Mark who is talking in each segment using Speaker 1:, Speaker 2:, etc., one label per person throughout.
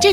Speaker 1: 这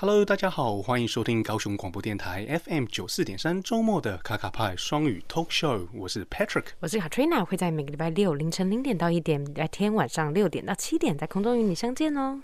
Speaker 2: Hello，大家好，欢迎收听高雄广播电台 FM 九四点三周末的卡卡派双语 Talk Show，我是 Patrick。
Speaker 3: 我是 Katrina，会在每个礼拜六凌晨零点到一点，礼拜天晚上六点到七点在空中与你相见哦。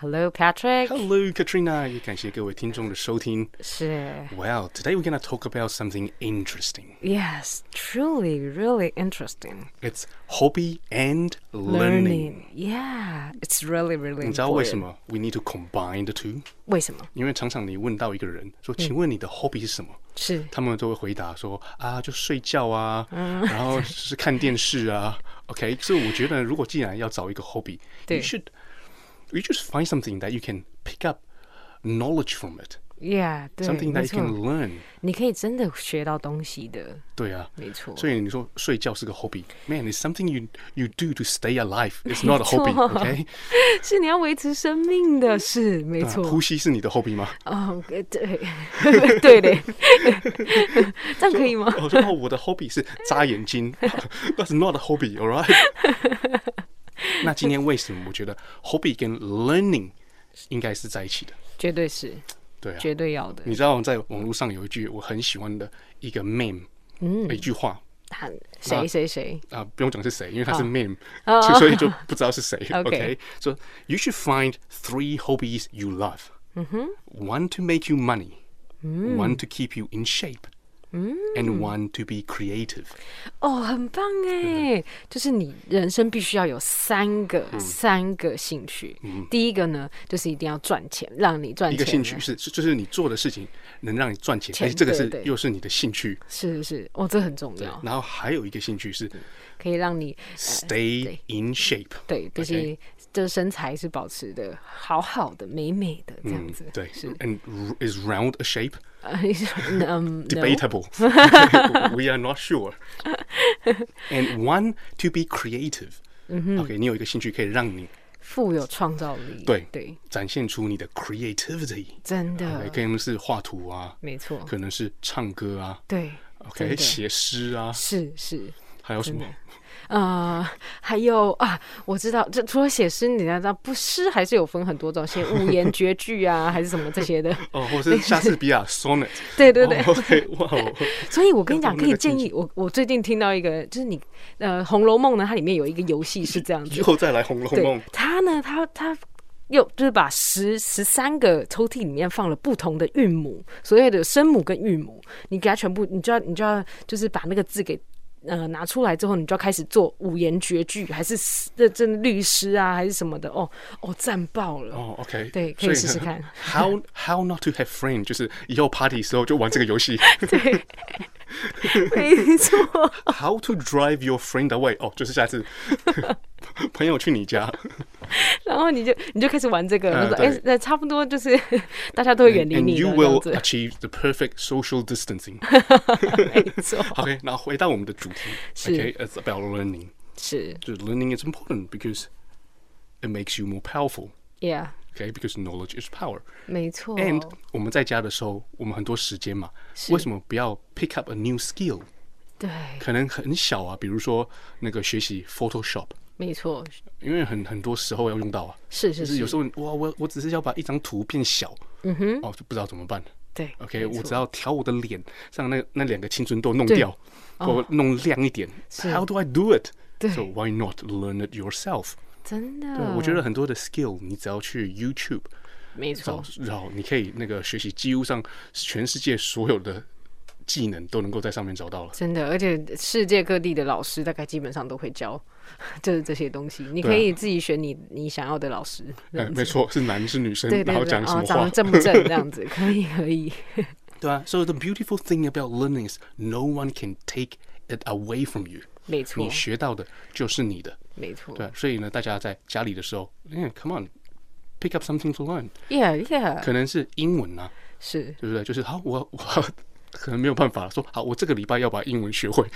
Speaker 3: Hello Patrick，
Speaker 2: Hello Katrina，也感谢各位听众的收听。
Speaker 3: 是
Speaker 2: Well, today we're gonna talk about something interesting.
Speaker 3: Yes, truly, really interesting
Speaker 2: It's hobby and learning.
Speaker 3: learning. Yeah, it's really, really.
Speaker 2: 你知道为什么 we need to combine the two？
Speaker 3: important？为什么？
Speaker 2: 因为常常你问到一个人说：“请问你的 hobby 是什么？”
Speaker 3: 是
Speaker 2: 他们都会回答说啊，就睡觉啊，
Speaker 3: 嗯
Speaker 2: 然后是看电视啊。OK，所以我觉得，如果既然要找一个 hobby，
Speaker 3: 对
Speaker 2: you should you just find something that you can pick up knowledge from it,
Speaker 3: Yeah，对
Speaker 2: something
Speaker 3: 没
Speaker 2: that you
Speaker 3: 错
Speaker 2: can learn。
Speaker 3: 你可以真的学到东西的，
Speaker 2: 对啊，
Speaker 3: 没错。
Speaker 2: 所以你说睡觉是个 hobby，man，it's something you you do to stay alive. It's not a hobby.
Speaker 3: 没错
Speaker 2: OK，
Speaker 3: 是你要维持生命的，是没
Speaker 2: 那
Speaker 3: 错。
Speaker 2: 啊呼吸是你的 hobby 吗？
Speaker 3: 哦，呃对， 对嘞， 这样可 以吗？
Speaker 2: 我说哦，我的 hobby 是扎眼睛 ，That's not a hobby, all right？那今天为什么我觉得 hobby 跟 learning 应该是在一起的？
Speaker 3: 绝对是，
Speaker 2: 对啊，
Speaker 3: 绝对要的。
Speaker 2: 你知道在网络上有一句我很喜欢的一个 meme，一句话
Speaker 3: 他谁谁谁
Speaker 2: 啊、不用讲是谁，因为它是 meme，、
Speaker 3: 哦
Speaker 2: 所以所以就不知道是 谁。
Speaker 3: OK
Speaker 2: OK，说、you should find three hobbies you love，嗯
Speaker 3: Mm-hmm.
Speaker 2: 哼，one to make you
Speaker 3: Mm.
Speaker 2: money，one、to keep you in shape，and one to be creative。
Speaker 3: 哦，很棒哎！就是你人生必须要有三个、
Speaker 2: 嗯
Speaker 3: 三个兴趣。第一个呢，就是一定要赚钱，让你赚
Speaker 2: 一
Speaker 3: 钱。
Speaker 2: 个兴趣是，是就是你做的事情能让你赚钱，哎
Speaker 3: 钱
Speaker 2: 而且这个是
Speaker 3: 对对
Speaker 2: 又是你的兴趣。
Speaker 3: 是是是，哦，这很重
Speaker 2: 对
Speaker 3: 要，，
Speaker 2: 然后还有一个兴趣是
Speaker 3: 可以让你
Speaker 2: stay
Speaker 3: 对
Speaker 2: in shape。
Speaker 3: 对，就是
Speaker 2: OK
Speaker 3: 这身材是保持的好好的、美美的这样
Speaker 2: 嗯
Speaker 3: 子。，
Speaker 2: 对
Speaker 3: 是。
Speaker 2: ，and is round a shape
Speaker 3: 呃 嗯 no
Speaker 2: debatable? We are not sure. And one to be creative.
Speaker 3: 嗯
Speaker 2: OK，你有一个兴趣可以让你
Speaker 3: 富有创造力。
Speaker 2: 对
Speaker 3: 对，
Speaker 2: 展现出你的 creativity。哎
Speaker 3: 真的
Speaker 2: OK，可能是画图啊，
Speaker 3: 没错，
Speaker 2: 可能是唱歌啊
Speaker 3: 对哦
Speaker 2: ，OK，
Speaker 3: 真的
Speaker 2: 写诗啊，
Speaker 3: 是是。
Speaker 2: 还有什么？
Speaker 3: 呃， 还有啊，我知道，这除了写诗，你知道不诗还是有分很多种，写五言绝句啊，还是什么这些的。
Speaker 2: 哦，或是莎士比亚 sonnet。
Speaker 3: 对对对
Speaker 2: 哦 OK，哇哦。
Speaker 3: 所 以我跟你讲，
Speaker 2: 更多
Speaker 3: 可
Speaker 2: 那
Speaker 3: 以
Speaker 2: 个
Speaker 3: 建
Speaker 2: 进
Speaker 3: 议我，我最近听到一个，就是你呃，《红楼梦》呢，它里面有一个游戏 是这样子
Speaker 2: 以，后再来《红楼梦
Speaker 3: 对》，它呢，它它。又就是把十十三个抽屉里面放了不同的韵母，所谓的声母跟韵母，你给它全部，你就要你就要就是把那个字给呃拿出来之后，你就要开始做五言绝句，还是诗这这律师啊，还是什么的哦哦，赞爆了！
Speaker 2: 哦，OK，
Speaker 3: 对可
Speaker 2: 所
Speaker 3: 以
Speaker 2: 呢
Speaker 3: 试试看
Speaker 2: How How not to have friend，就是以后 party 的时候就玩这个游 戏。
Speaker 3: 对， 没错，
Speaker 2: How to drive your friend away，哦，就是下 次朋友去你家，
Speaker 3: 然后你就你就开始玩这个，
Speaker 2: 呃
Speaker 3: 我说
Speaker 2: 对
Speaker 3: 哎，那差不多就是 大家都会远离
Speaker 2: and
Speaker 3: 你
Speaker 2: you
Speaker 3: 的这样
Speaker 2: will
Speaker 3: 子，
Speaker 2: achieve the perfect social distancing。
Speaker 3: 没错，
Speaker 2: OK，然后回到我们的主题
Speaker 3: 是
Speaker 2: ，OK，it's about learning，
Speaker 3: 是
Speaker 2: 就是 learning is important because it makes you more powerful。
Speaker 3: ，Yeah，
Speaker 2: OK，because knowledge is power。
Speaker 3: 没错
Speaker 2: And 哎我们在家的时候，我们很多时间嘛，
Speaker 3: 哦是
Speaker 2: 为什么不要 pick up a new skill？
Speaker 3: 对，
Speaker 2: 可能很小啊，比如说那个学习 Photoshop，
Speaker 3: 没错，
Speaker 2: 因为很很多时候要用到啊。
Speaker 3: 是
Speaker 2: 就是是
Speaker 3: 是
Speaker 2: 有时候你哇，我我只是要把一张图变小，嗯哼，哦就不知道怎么办。
Speaker 3: 对
Speaker 2: OK，
Speaker 3: 没
Speaker 2: 我
Speaker 3: 错
Speaker 2: 只要调我的脸上那那两个青春痘弄掉，我弄亮一点。
Speaker 3: 哦是
Speaker 2: How do I do it？
Speaker 3: 对嗯
Speaker 2: So why not learn it yourself？
Speaker 3: 真
Speaker 2: 对
Speaker 3: 的，
Speaker 2: 我觉得很多的 skill，你只要去 YouTube
Speaker 3: 没
Speaker 2: 找
Speaker 3: 错，
Speaker 2: 找，你可以那个学习几乎上全世界所有的技能都能够在上面找到了。
Speaker 3: 真的，而且世界各地的老师大概基本上都会教， 就是这些东西，你可以自己选你你想要的老师，
Speaker 2: 嗯，啊没错，是男是女生
Speaker 3: 对，对
Speaker 2: 然后
Speaker 3: 对，
Speaker 2: 讲什
Speaker 3: 哦
Speaker 2: 么，
Speaker 3: 长
Speaker 2: 话
Speaker 3: 得，正不正这 样子，可以可以，
Speaker 2: 对啊。So the beautiful thing about learning is no one can take it away from you。
Speaker 3: 没错
Speaker 2: 你，学到的就是你的，
Speaker 3: 没错
Speaker 2: 对啊。所以呢，大家在家里的时候，嗯，come on，pick
Speaker 3: 呃
Speaker 2: up something to learn，
Speaker 3: ，Yeah Yeah，
Speaker 2: 可能是英文啊，
Speaker 3: 是
Speaker 2: 对不对？就是好，我我可能没有办法说好，我这个礼拜要把英文学 会，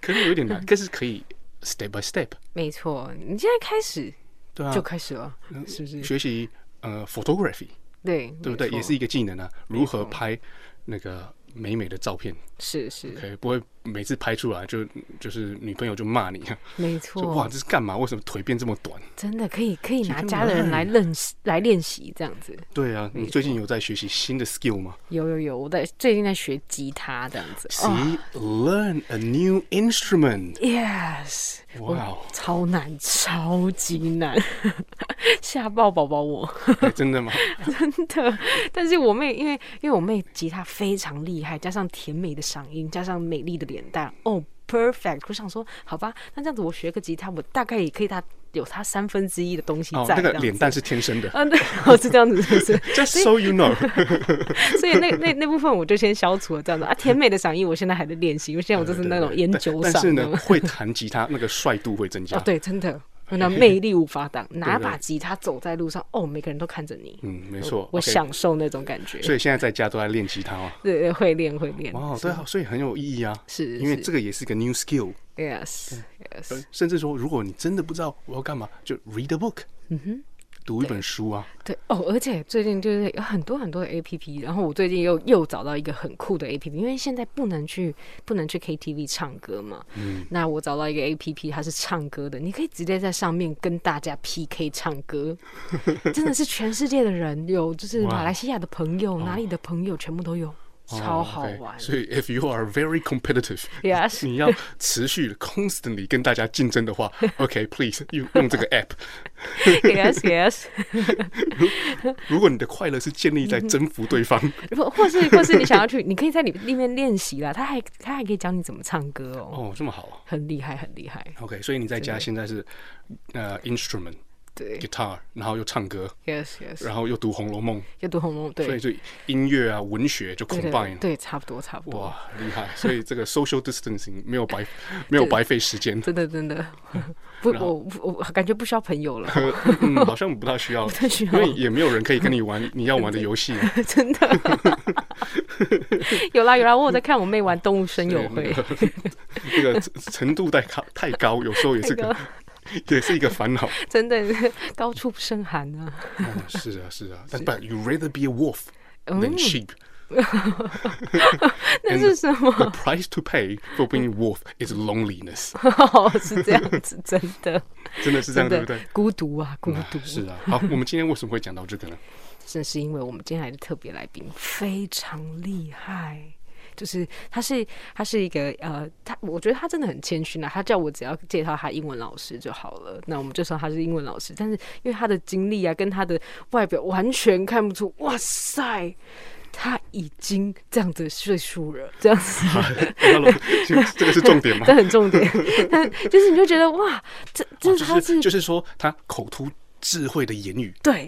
Speaker 2: 可能有点难，但是可以 step by step，
Speaker 3: 没错，你现在开始
Speaker 2: 对啊，
Speaker 3: 就开始了，是不是？
Speaker 2: 学习呃 photography，
Speaker 3: 对，
Speaker 2: 对不对？
Speaker 3: 没
Speaker 2: 也
Speaker 3: 错
Speaker 2: 是一个技能啊，如何拍那个美美的照片
Speaker 3: 是是，
Speaker 2: ，OK，不会每次拍出来就就是女朋友就骂你，啊
Speaker 3: 没
Speaker 2: 说哇
Speaker 3: 错，
Speaker 2: 这是干嘛？为什么腿变这么短？
Speaker 3: 真的可以可以拿
Speaker 2: 其实
Speaker 3: 家人
Speaker 2: 蛮
Speaker 3: 来认识来练习这样子。
Speaker 2: 对啊，你最近有在学习新的 skill 吗
Speaker 3: 有有有，我在最近在学吉他这样子。哦
Speaker 2: ？See, learn a new instrument.
Speaker 3: Yes，
Speaker 2: 哇、
Speaker 3: 超难，超级难， 吓爆宝宝我。
Speaker 2: 哎真的吗？
Speaker 3: 真的，但是我妹因为因为我妹吉她非常厉害，加上甜美的嗓音，加上美丽的脸蛋，哦，perfect！我想说，好吧，那这样子我学个吉他，我大概也可以她有她三分之一的东西
Speaker 2: 哦，
Speaker 3: 在。
Speaker 2: 那
Speaker 3: 这
Speaker 2: 个
Speaker 3: 样
Speaker 2: 脸
Speaker 3: 子
Speaker 2: 蛋是天生的。
Speaker 3: 嗯，对，我是这样子，是不是？
Speaker 2: Just so you know，
Speaker 3: 所以那那那部分我就先消除了，这样子啊。甜美的嗓音我现在还在练习，因为 现在我就是那种
Speaker 2: 对
Speaker 3: 烟
Speaker 2: 对
Speaker 3: 酒
Speaker 2: 对
Speaker 3: 嗓。
Speaker 2: 但是
Speaker 3: 你知道
Speaker 2: 呢，
Speaker 3: 吗
Speaker 2: 会弹吉他那个帅度会增加。
Speaker 3: 哦，，对，真的，那魅力无法挡，拿
Speaker 2: 对
Speaker 3: 把吉他走在路上，哦，每个人都看着你，
Speaker 2: 嗯，没错。
Speaker 3: 我
Speaker 2: OK，
Speaker 3: 享受那种感觉。
Speaker 2: 所以现在在家都在练吉他哦。
Speaker 3: 对对，会练会练。
Speaker 2: 哇，对啊，所以很有意义啊。
Speaker 3: 是
Speaker 2: 因为
Speaker 3: 是
Speaker 2: 这个也是一个 new skill。
Speaker 3: Yes, yes，
Speaker 2: 甚至说，如果你真的不知道我要干嘛，就 read a book，嗯哼，读一本书啊。
Speaker 3: 对哦，而且最近就是有很多很多的 A P P，然后我最近又又找到一个很酷的 A P P，因为现在不能去不能去 K T V 唱歌嘛，嗯，那我找到一个 A P P，它是唱歌的，你可以直接在上面跟大家 P K 唱歌，真的是全世界的人有，就是
Speaker 2: 哇哦
Speaker 3: 马来西亚的朋友、哪里的朋友全部都有，超好
Speaker 2: 哦，OK
Speaker 3: 玩。
Speaker 2: 所以 if you are very competitive，
Speaker 3: Yes
Speaker 2: 你要持续 constantly 跟大家竞争的 话，OK，please、用用这个 app。
Speaker 3: yes, yes，
Speaker 2: 如果你的快乐是建立在征服对 方，
Speaker 3: 或或是或是你想要去，你可以在里里面练习啦，他还他还可以教你怎么唱歌哦，
Speaker 2: 哦，这么好啊。
Speaker 3: 很厉害，很厉害。
Speaker 2: OK，所以你在家现在是呃 instrument
Speaker 3: 对
Speaker 2: guitar，然后又唱歌，
Speaker 3: ，yes yes，
Speaker 2: 然后又读《红楼梦
Speaker 3: 就读《红楼梦》，》，
Speaker 2: 所以
Speaker 3: 对，
Speaker 2: 就音乐啊文学就
Speaker 3: 对对
Speaker 2: combine 了。
Speaker 3: 对，差不多差不多，
Speaker 2: 哇，厉害！所以这 个 social distancing 没有白没有白费时间，
Speaker 3: 真的 真的，不，
Speaker 2: 然
Speaker 3: 我
Speaker 2: 后
Speaker 3: 我我感觉不需要朋友了，
Speaker 2: 嗯，好像不大需 要了，
Speaker 3: 太需要
Speaker 2: 因为
Speaker 3: 了
Speaker 2: 也没有人可以跟你 玩你要玩的游戏啊。
Speaker 3: 真的。有啦有啦，我有在看我妹玩《动物声友会》，
Speaker 2: 对那个那个程度太高太高，有时候也是
Speaker 3: 太
Speaker 2: 个
Speaker 3: 高
Speaker 2: 也是一个烦 恼。
Speaker 3: 真的高处不胜寒啊！
Speaker 2: 嗯是啊，是 啊，但 but you rather be a wolf
Speaker 3: 嗯
Speaker 2: than sheep.
Speaker 3: 那
Speaker 2: And
Speaker 3: 是什
Speaker 2: The
Speaker 3: 么？
Speaker 2: price to pay for being a wolf is loneliness，
Speaker 3: 哦，是这样子，真的，
Speaker 2: 真 的是这样，
Speaker 3: 真
Speaker 2: 对不
Speaker 3: 的
Speaker 2: 对？
Speaker 3: 孤独啊，孤独
Speaker 2: 啊是啊，好，我们今天为什么会讲到这个呢？
Speaker 3: 正是因为我们今天来的特别来宾非常厉害，就是他是他是一个呃，他我觉得他真的很谦虚呢。他叫我只要介绍他英文老师就好了，那我们就说他是英文老师。但是因为他的经历啊，跟他的外表完全看不出，哇塞！他已经这样子岁数了，这样 子，
Speaker 2: 那老这个 这个是重点吗哦
Speaker 3: 这？很重点。但就是你就觉得哇，这这
Speaker 2: 就是
Speaker 3: 他
Speaker 2: 是
Speaker 3: 是
Speaker 2: 就是说，他口吐智慧的言语，
Speaker 3: 对，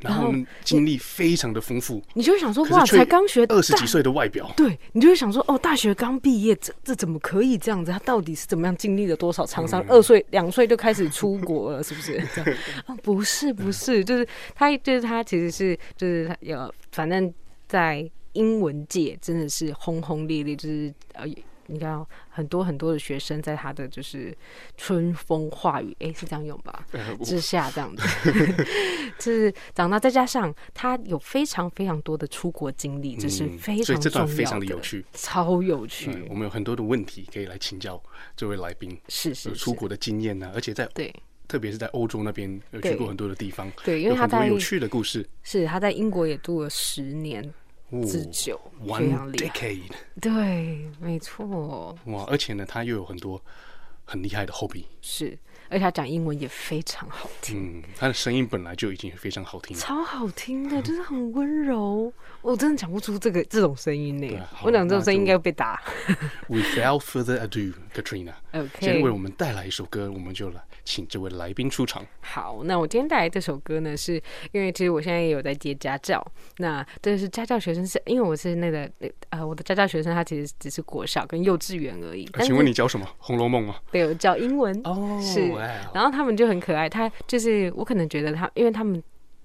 Speaker 2: 然
Speaker 3: 然后
Speaker 2: 后呢经历非常的丰富，
Speaker 3: 你就会想说
Speaker 2: 可
Speaker 3: 哇，
Speaker 2: 是却
Speaker 3: 才刚学
Speaker 2: 二十
Speaker 3: 大
Speaker 2: 几岁的外 表，
Speaker 3: 对你就会想说，哦，大学刚毕业，这这怎么可以这样子？他到底是怎么样经历了多少沧桑？二岁、两岁就开始出国了，是不是？这样啊、不是，不是，就是他，就是他，其实是就是他有，反正在英文界真的是轰轰烈烈，就是呃。你看哦，很多很多的学生在他的就是春风化雨，诶，是这样用吧？
Speaker 2: 呃我
Speaker 3: 之下这样子，就是长大，再加上他有非常非常多的出国经历，这是
Speaker 2: 嗯
Speaker 3: 非
Speaker 2: 所以
Speaker 3: 常
Speaker 2: 这
Speaker 3: 重要
Speaker 2: 段非常的有趣，
Speaker 3: 超有
Speaker 2: 嗯
Speaker 3: 趣
Speaker 2: 我，们有很多的问题可以来请教这位来宾，
Speaker 3: 是是
Speaker 2: 有
Speaker 3: 是
Speaker 2: 出国的经验啊呢，而且在
Speaker 3: 对。
Speaker 2: 特别是在欧洲那边有去
Speaker 3: 对
Speaker 2: 过很多的地方，
Speaker 3: 对因为
Speaker 2: 有
Speaker 3: 他
Speaker 2: 很多
Speaker 3: 在
Speaker 2: 有趣的故事，
Speaker 3: 是他在英国也度了十年
Speaker 2: 哦
Speaker 3: 之久，非常
Speaker 2: ，one
Speaker 3: 厉害。
Speaker 2: decade，
Speaker 3: 对，没错，
Speaker 2: 哇！而且呢，他又有很多很厉害的 hobby，
Speaker 3: 是，而且他讲英文也非常好听，
Speaker 2: 嗯，他的声音本来就已经非常好 听了。
Speaker 3: 超好听的，就是很温柔。我真的讲不出这个这种声音
Speaker 2: 对
Speaker 3: 呢
Speaker 2: 啊，好
Speaker 3: 我讲这种声音应
Speaker 2: 那就
Speaker 3: 该会被打。
Speaker 2: Without further ado, Katrina，
Speaker 3: OK
Speaker 2: 今天为我们带来一首歌，我们就来请这位来宾出场。
Speaker 3: 好，那我今天带来这首歌呢，是因为其实我现在也有在接家教，那这是家教学生是，因为我是那个呃我的家教学生，他其实只是国小跟幼稚园而已。
Speaker 2: 呃
Speaker 3: 但
Speaker 2: 请
Speaker 3: 是
Speaker 2: 问你教什么？《红楼梦》吗？
Speaker 3: 对，我教英文
Speaker 2: 哦
Speaker 3: 是
Speaker 2: 哇哦，
Speaker 3: 然后他们就很可爱，他就是我可能觉得他，因为他们。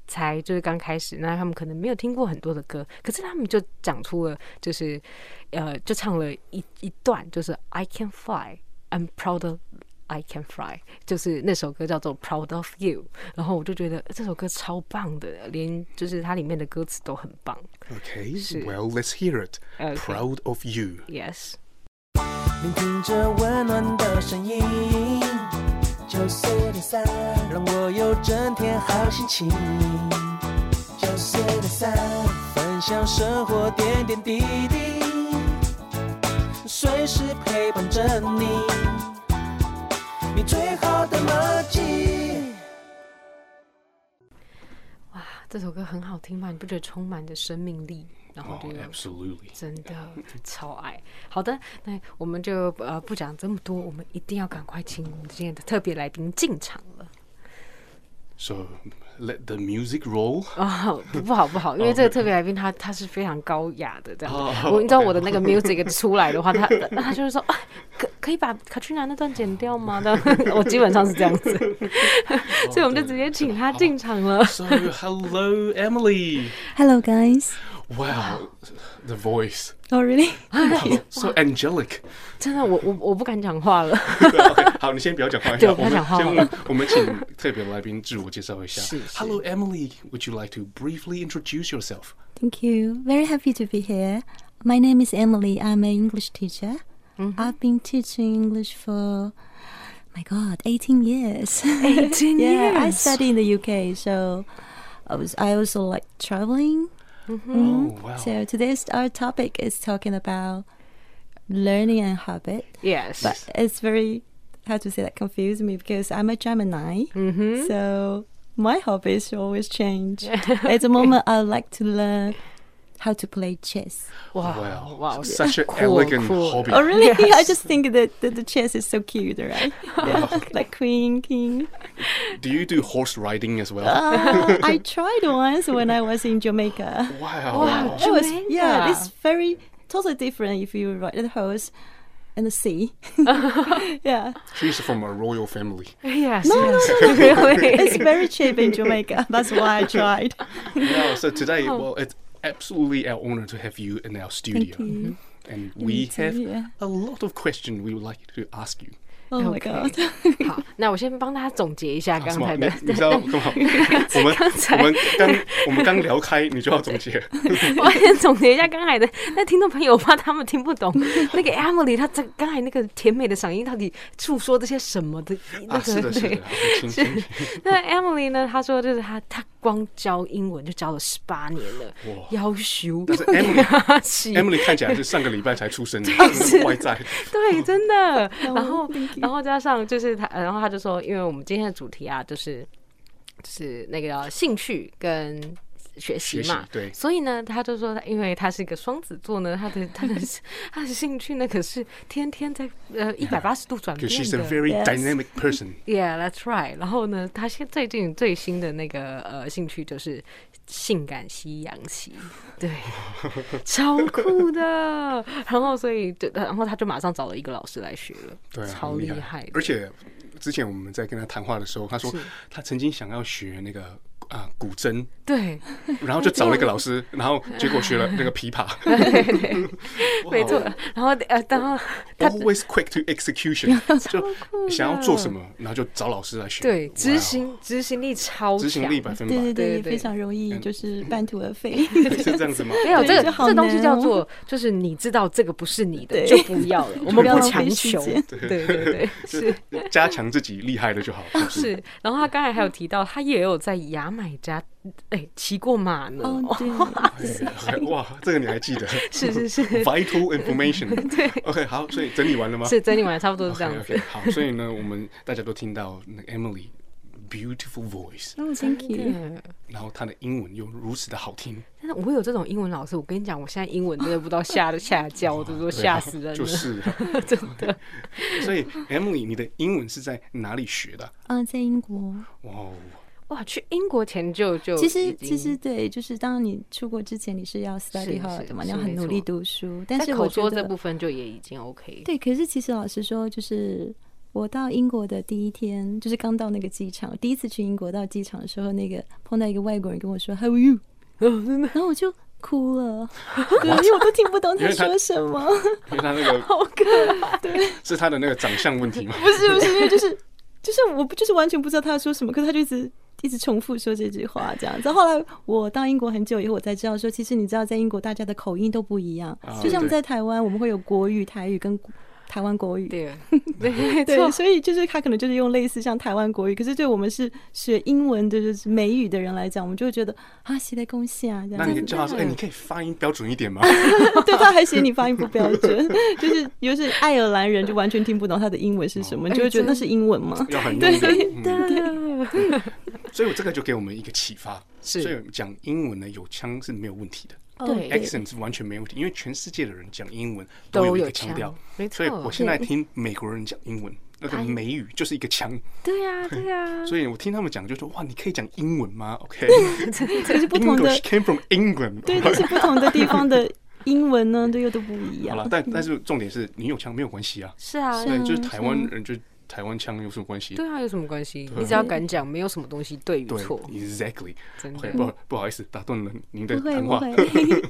Speaker 3: 才就是刚开始，那他们可能没有听过很多的歌，可是他们就讲出了，就是呃，就唱了一一段，就是 I can fly, I'm proud of I can fly，就是那首歌叫做 Proud of You，然后我就觉得呃这首歌超棒的，连就是它里面的歌词都很棒。
Speaker 2: Okay, well, let's hear it.
Speaker 3: Okay.
Speaker 2: Proud of you.
Speaker 3: Yes，
Speaker 4: 聆听着温暖的声音。九四点三，让我有整天好心情。九四点三，分享生活点点滴滴，随时陪伴着你，你最好的默契。
Speaker 3: 哇，啊这首歌很好听嘛，你不觉得充满着生命力？然后
Speaker 2: Oh,
Speaker 3: 就
Speaker 2: absolutely.
Speaker 3: 真的超爱。好的，那我们就呃不讲这么多，我们一定要赶快请我们今天的特别来宾进场了。
Speaker 2: So let the music roll.
Speaker 3: 哦，不不好不好，因为这个特别来宾他他是非常高雅的这样子。
Speaker 2: 哦
Speaker 3: 我你知道我的那个 music 出来的话，他他他就会说，啊、可可以把卡去娜那段剪掉吗？那 我基本上是这样子，
Speaker 2: 哦
Speaker 3: 所以我们就直接请他进场了。
Speaker 2: So hello, Emily.
Speaker 5: Hello, guys.
Speaker 2: Wow, the voice.
Speaker 6: 哦
Speaker 5: Oh, really?
Speaker 2: So angelic.
Speaker 3: 真的，我我我不敢讲话了。
Speaker 2: OK，好，你先不要讲话，
Speaker 3: 对
Speaker 2: 我们
Speaker 3: 不要讲话
Speaker 2: 先
Speaker 3: 好
Speaker 2: 问，我们请特别来宾自我介绍一下。
Speaker 3: 是是
Speaker 2: Hello, Emily. Would you like to briefly introduce yourself?
Speaker 5: Thank you. Very happy to be here. My name is Emily. I'm an English teacher.
Speaker 3: Mm-hmm.
Speaker 5: I've been teaching English for, my God, 18 years.
Speaker 3: 18
Speaker 5: yeah, I
Speaker 3: years.
Speaker 5: study in the UK, so I was I also like traveling. Mm-hmm。
Speaker 2: Oh, wow.
Speaker 5: So today's our topic is talking about learning and habit.
Speaker 3: Yes，
Speaker 5: But it's very how to say that confused me because I'm a Gemini,
Speaker 3: 嗯 Mm-hmm.
Speaker 5: so my hobbies always change. At the moment, I like to learn how to play chess.
Speaker 3: 哇
Speaker 2: Wow,
Speaker 3: 哇
Speaker 2: such an
Speaker 3: Oh, Cool,
Speaker 2: elegant
Speaker 3: cool.
Speaker 2: hobby.
Speaker 5: Oh, really? I
Speaker 3: Yes.
Speaker 5: just think that the, the chess is so cute, right? Yeah, like queen, king.
Speaker 2: Do you do horse riding as well?
Speaker 5: Uh, I tried once when I was in Jamaica.
Speaker 2: wow.
Speaker 3: Wow.
Speaker 5: It was
Speaker 3: Jamaica.
Speaker 5: yeah, it's very totally different if you ride the horse in the sea. yeah,
Speaker 2: She's from a royal family.
Speaker 3: Yes.
Speaker 5: No, no,
Speaker 3: yes.
Speaker 5: it's
Speaker 3: really.
Speaker 5: very cheap in Jamaica. That's why I tried.
Speaker 2: Wow, so today, well, it's absolutely our honor to have you in our studio. Mm-hmm.
Speaker 5: you.
Speaker 2: And we
Speaker 5: too,
Speaker 2: have
Speaker 5: yeah.
Speaker 2: a lot of questions we would like to ask you.
Speaker 5: Oh my god.
Speaker 3: 好，那我先帮大家总结一下刚
Speaker 2: 什么
Speaker 3: 才
Speaker 2: 你
Speaker 3: 的。
Speaker 2: 你知道干嘛？ 我们
Speaker 3: 刚才
Speaker 2: 我们刚我们刚聊开，你就要总结。
Speaker 3: 我先总结一下刚才的那听众朋友，我怕他们听不 懂那个 Emily 她这刚才那个甜美的嗓音到底诉说这些什么的那
Speaker 2: 啊，是
Speaker 3: 个
Speaker 2: 的，嗯是
Speaker 3: 对
Speaker 2: 的，。很
Speaker 3: 是
Speaker 2: 清晰。，
Speaker 3: 那 Emily 呢？她说就是她，她光教英文就教了十八年了，要求
Speaker 2: 但是 Emily
Speaker 3: 是
Speaker 2: Emily 看起来是上个礼拜才出生的
Speaker 3: 是
Speaker 2: 外在。
Speaker 3: 对，真的。然后
Speaker 5: thank，you
Speaker 3: 然后加上就是他，呃然后他就说，因为我们今天的主题啊，就是就是那个叫兴趣跟。学习
Speaker 2: 学习
Speaker 3: 嘛，
Speaker 2: 对
Speaker 3: 所以呢，他就说，因为他是一个双子座呢，他的他的他的兴 趣呢，可是天天在呃一百八十度转变
Speaker 2: Because she's a
Speaker 3: 的。
Speaker 2: very
Speaker 5: Yes.
Speaker 2: dynamic person.
Speaker 3: Yeah, that's right。然后呢，他现最近最新的那个呃兴趣就是性感西洋棋， 对，超酷的。然后所以就，然后他就马上找了一个老师来学了，
Speaker 2: 对啊，
Speaker 3: 超
Speaker 2: 很
Speaker 3: 厉
Speaker 2: 害
Speaker 3: 的。
Speaker 2: 而且之前我们在跟他谈话的时候，他说他曾经想要学那个啊、古 筝，
Speaker 3: 对，
Speaker 2: 然后就找了一个老师，然后结果学了那个琵 琶。哦
Speaker 3: 没错。然后呃，然后他
Speaker 2: Always quick to execution，就想要做什么，然后就找老师来学。
Speaker 3: 对
Speaker 2: 哇哦
Speaker 3: 执行执行力超强，
Speaker 2: 执行力百分百，
Speaker 5: 对对
Speaker 3: 对
Speaker 5: 对，
Speaker 3: 对
Speaker 5: 非常容易， 就是半途而废。
Speaker 2: 是这样子吗？
Speaker 3: 没有
Speaker 5: 对
Speaker 3: 这个
Speaker 5: 这好
Speaker 3: 这东西
Speaker 5: 难
Speaker 3: 叫
Speaker 5: 哦
Speaker 3: 做，就是你知道这个不是你的
Speaker 5: 对
Speaker 3: 就不要了，我
Speaker 5: 不
Speaker 3: 们
Speaker 5: 要
Speaker 3: 不
Speaker 5: 浪费
Speaker 3: 强
Speaker 5: 时
Speaker 3: 求。
Speaker 5: 间
Speaker 3: 对对 对，是。
Speaker 2: 加强自己厉害的就 好。是不是
Speaker 3: 是，然后他刚才还有提到，他也有在牙买加，哎、骑过马呢。
Speaker 5: 哦，对，
Speaker 2: 哇，这个你还记得
Speaker 3: 是是是，
Speaker 2: ？Vital information。对，OK，好， 所以整理完了吗？
Speaker 3: 是整理完了差不多是这
Speaker 2: OK，OK，
Speaker 3: 样子。
Speaker 2: 好，所以呢，我们大家都听到那个 Emily beautiful voice，
Speaker 5: 哦，Thank Oh, you。
Speaker 3: 嗯，
Speaker 2: 然后她的英文又如此的好听，
Speaker 3: 但是我有这种英文老师，我跟你讲，我现在英文真的不知道吓都吓教，我都
Speaker 2: 对
Speaker 3: 说吓死人了。
Speaker 2: 就是啊，
Speaker 3: 真的，
Speaker 2: 所以 Emily，你的英文是在哪里学的？
Speaker 5: 啊，在英国，
Speaker 2: 哇哦，
Speaker 3: 哇，去英国前就就
Speaker 5: 其实
Speaker 3: 已经
Speaker 5: 其实对，就是当你出国之前，你是要 study
Speaker 3: 是
Speaker 5: hard
Speaker 3: 是
Speaker 5: 的嘛，你
Speaker 3: 是
Speaker 5: 要
Speaker 3: 没
Speaker 5: 很努力
Speaker 3: 错
Speaker 5: 读书。但
Speaker 3: 在
Speaker 5: 是
Speaker 3: 口
Speaker 5: 我觉
Speaker 3: 说这部
Speaker 5: 得，
Speaker 3: 分就也已经 OK。
Speaker 5: 对，可是其实老实说，就是我到英国的第一天，就是刚到那个机场，第一次去英国到机场的时候，那个碰到一个外国人跟我说 “How are you”，然
Speaker 3: 哦
Speaker 5: 后我就哭了，对，因为我都听不懂他说什么。
Speaker 2: 因为他那个好可爱，是他的那个长相问 题嘛。
Speaker 5: 不是 不是，因为就是就是我不就是完全不知道他说什么，可是他就一直一直重复说这句话这样子。后来我到英国很久以后，我才知道说，其实你知道，在英国大家的口音都不一样，
Speaker 2: 啊
Speaker 5: 就像我们
Speaker 2: 对
Speaker 5: 在台湾，我们会有国语、台语跟台湾国语。
Speaker 3: 对，没
Speaker 5: 对，
Speaker 3: 错，
Speaker 5: 所以就是他可能就是用类似像台湾国语，可是对我们是学英文的，就是美语的人来讲，我们就会觉得啊，写的恭喜啊，这
Speaker 2: 那
Speaker 5: 样
Speaker 2: 你
Speaker 5: 子。
Speaker 2: 叫他说，哎、你可以发音标准一 点吗？
Speaker 5: 对，他还嫌你发音不标准， 就是尤其是 爱尔兰人就完全听不懂他的英文是什
Speaker 2: 哦
Speaker 5: 么，你就会觉得那是英文吗？
Speaker 2: 要很用力。嗯
Speaker 3: 对
Speaker 2: 所以我这个就给我们一个启发。
Speaker 3: 是
Speaker 2: 所以我们讲英文呢，有腔是没有问题的
Speaker 3: 对啊
Speaker 2: ，accent 是完全没有问题，因为全世界的人讲英文
Speaker 3: 都
Speaker 2: 有一
Speaker 3: 有
Speaker 2: 个腔调
Speaker 3: 腔。没
Speaker 2: 所以
Speaker 3: 错
Speaker 2: 我现在听美国人讲英文，那
Speaker 5: 哎
Speaker 2: 个美语就是一个腔。
Speaker 3: 对啊呀，对呀，
Speaker 2: 所以我听他们讲，就说哇，你可以讲英文 吗？OK，
Speaker 5: 可是不同的
Speaker 2: English came from England。
Speaker 5: 对，但是不同的地方的英文呢，都又都不一
Speaker 2: 好了
Speaker 5: 样，。
Speaker 2: 但但是重点是你有腔没有关系啊，
Speaker 3: 是啊，
Speaker 2: 对，
Speaker 5: 嗯
Speaker 2: 就是台湾人就台湾腔有什么关系？
Speaker 3: 对啊，有什么关系？你只要敢讲，没有什么东西对与
Speaker 2: 对
Speaker 3: 错，
Speaker 2: ，exactly。
Speaker 3: 真
Speaker 2: OK，
Speaker 3: 的。
Speaker 2: 不好不好意思，打断了您的
Speaker 5: 不会
Speaker 2: 谈
Speaker 5: 嗯不
Speaker 2: 话。
Speaker 5: 会，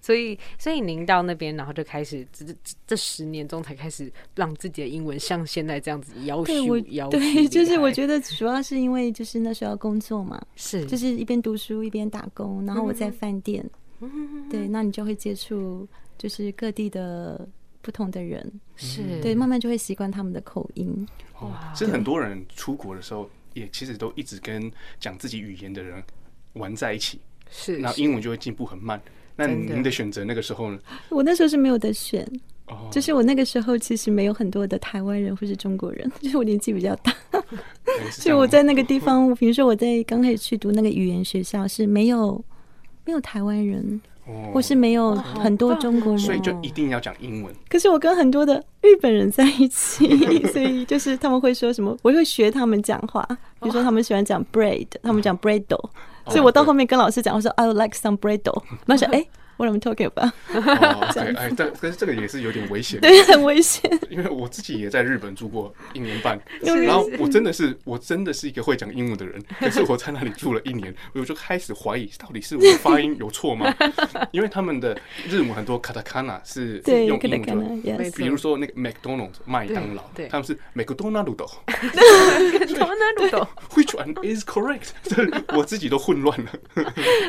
Speaker 3: 所以，所以您到那边，然后就开始这这这十年中才开始让自己的英文像现在这样子要
Speaker 5: 对
Speaker 3: 求
Speaker 5: 我
Speaker 3: 要求
Speaker 5: 对，就是我觉得主要是因为就是那时候要工作嘛，
Speaker 3: 是
Speaker 5: 就是一边读书一边打工，然后我在饭店，对，那你就会接触就是各地的不同的人，
Speaker 3: 是
Speaker 5: 对，慢慢就会习惯他们的口音。
Speaker 2: 哦，其实很多人出国的时候，也其实都一直跟讲自己语言的人玩在一起，
Speaker 3: 是
Speaker 2: 那英文就会进步很慢。那
Speaker 3: 真的
Speaker 2: 您的选择那个时候呢？
Speaker 5: 我那时候是没有得选，
Speaker 2: 哦，
Speaker 5: 就是我那个时候其实没有很多的台湾人或是中国人， 就是我年纪比较大，
Speaker 2: 原来是这样
Speaker 5: 所以我
Speaker 2: 吗嗯
Speaker 5: 在那个地方，比如说我在刚开始去读那个语言学校是没有没有台湾人，
Speaker 2: 哦啊
Speaker 5: 或是没有很多中国人，
Speaker 2: 所以就一定要讲英文。
Speaker 5: 可是我跟很多的日本人在一起， 所以就是他们会说什么，我会学他们讲话。比如说他们喜欢讲 bread，他们讲 bread，所
Speaker 2: 哦
Speaker 5: 以我到后面跟老师讲，我说 I would like some bread，然后想哎。What am I talking about？
Speaker 2: 哦，对，哎，但可是这个也是有点危险，
Speaker 5: 对，很危险。
Speaker 2: 因为我自己也在日本住过一年半，然后我真的是我真的是一个会讲英文的人，可是我在那里住了一年，我就开始怀疑到底是我的发音有错吗？ 因为他们的日文很多卡塔卡纳是
Speaker 5: 对，
Speaker 2: 用
Speaker 5: 可
Speaker 2: 英文
Speaker 5: 能可
Speaker 2: 就
Speaker 5: 能 yes。
Speaker 2: 比如说那个 McDonald's 麦当劳
Speaker 3: 对对，
Speaker 2: 他们是 McDonald，
Speaker 3: 台湾哪 里懂？
Speaker 2: which one is correct？这 我自己都混乱了。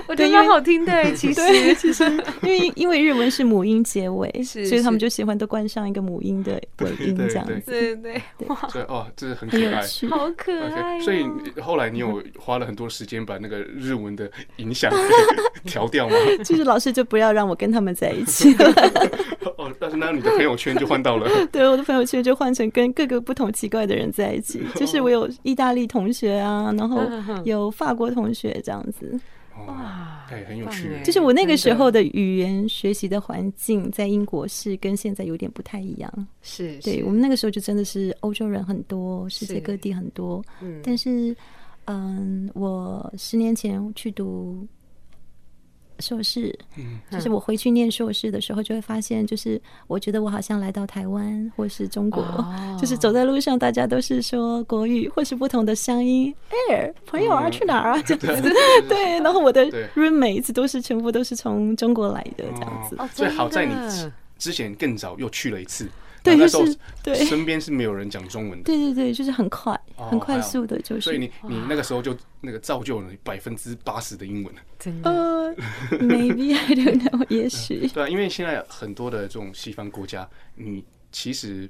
Speaker 3: 我觉
Speaker 5: 对
Speaker 3: 得
Speaker 5: 因为
Speaker 3: 蛮好听 的，其实
Speaker 5: 对，其实因为因为日文是母音结尾，
Speaker 3: 是
Speaker 5: 所以他们
Speaker 3: 是
Speaker 5: 就喜欢都冠上一个母音的尾音
Speaker 2: 对
Speaker 5: 这样
Speaker 2: 对
Speaker 5: 子，
Speaker 3: 对对对，哇，
Speaker 2: 所以哦，这是很可
Speaker 5: 很有
Speaker 2: 爱。
Speaker 5: 趣。哎
Speaker 3: 好可爱
Speaker 2: OK，
Speaker 3: 哦。
Speaker 2: 所以你后来你有花了很多时间把那个日文的影 响调掉吗？
Speaker 5: 就是老师就不要让我跟他们在一 起。
Speaker 2: 哦，但是那你的朋友圈就换到 了
Speaker 5: 对，我的朋友圈就换成跟各个不同奇怪的人在一 起，就是我有意大利同学啊，然后有法国同学这样子。
Speaker 2: 哇，
Speaker 3: 啊
Speaker 2: 哎，很有趣
Speaker 3: 棒耶
Speaker 5: 就是我那个时候的语言学习的环境在英国是跟现在有点不太一样。
Speaker 3: 是
Speaker 5: 对
Speaker 3: 是
Speaker 5: 我们那个时候就真的是欧洲人很多，世界
Speaker 3: 是
Speaker 5: 各地很多，
Speaker 3: 嗯
Speaker 5: 但是嗯，我十年前去读硕士，
Speaker 2: 嗯
Speaker 5: 就是
Speaker 3: 嗯
Speaker 5: 我回去念硕士的时候，就会发现，就是我觉得我好像来到台湾或是中国，
Speaker 3: 哦
Speaker 5: 就是走在路上，大家都是说国语或是不同的乡音。哎，朋友啊，去哪儿啊？这样子， 对。然后我的
Speaker 2: 嗯对
Speaker 5: roommates 都是全部都是从中国来的，这样子。
Speaker 2: 哦。所以好在你
Speaker 3: 真的
Speaker 2: 之前更早又去了一次，
Speaker 5: 对
Speaker 2: 然后那时候
Speaker 5: 就是对
Speaker 2: 身边是没有人讲中文的，
Speaker 5: 对对对，就是很快，
Speaker 2: 哦
Speaker 5: 很快速的，就是。
Speaker 2: 所以你你那个时候就那个造就了百分之八十的英文。
Speaker 3: 真 的
Speaker 5: 呃，maybe I don't know，也许
Speaker 2: 对啊，因为现在很多的这种西方国家，你其实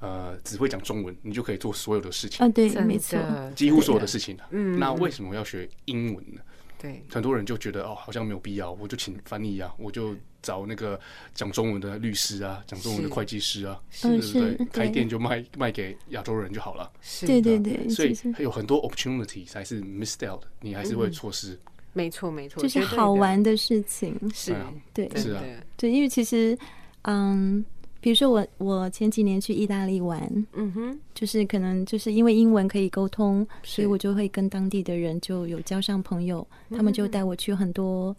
Speaker 2: 呃只会讲中文，你就可以做所有的事情，
Speaker 5: 啊，对，
Speaker 3: 真
Speaker 5: 没错，
Speaker 3: 的
Speaker 2: 几乎所有的事情了。嗯，那为什么要学英文呢？
Speaker 3: 对
Speaker 2: 很多人就觉得哦，好像没有必要，我就请翻译啊，我就找那个讲中文的律师啊，讲中文的
Speaker 3: 是
Speaker 2: 会计师啊，对不
Speaker 5: 嗯
Speaker 2: 对？
Speaker 5: 是
Speaker 2: 开
Speaker 5: 对
Speaker 2: 店就卖卖给亚洲人就好了。
Speaker 3: 是
Speaker 5: 对对
Speaker 2: 啊
Speaker 5: 对，
Speaker 2: 所以
Speaker 5: 其实
Speaker 2: 还有很多 opportunity 还是 missed out，的你还是
Speaker 5: 嗯
Speaker 2: 会错失。
Speaker 3: 没错没错，
Speaker 5: 就是
Speaker 3: 绝对
Speaker 5: 好
Speaker 3: 的
Speaker 5: 玩的事情，
Speaker 3: 是
Speaker 2: 哎呀
Speaker 5: 对
Speaker 3: 真
Speaker 2: 是啊
Speaker 3: 的
Speaker 5: 对，因为其实，嗯，比如说我我前几年去意大利玩，
Speaker 3: 嗯哼
Speaker 5: 就是可能就是因为英文可以沟通，所以
Speaker 3: 是
Speaker 2: 嗯
Speaker 5: 我就会跟当地的人就有交上朋友，他们就带我去很多。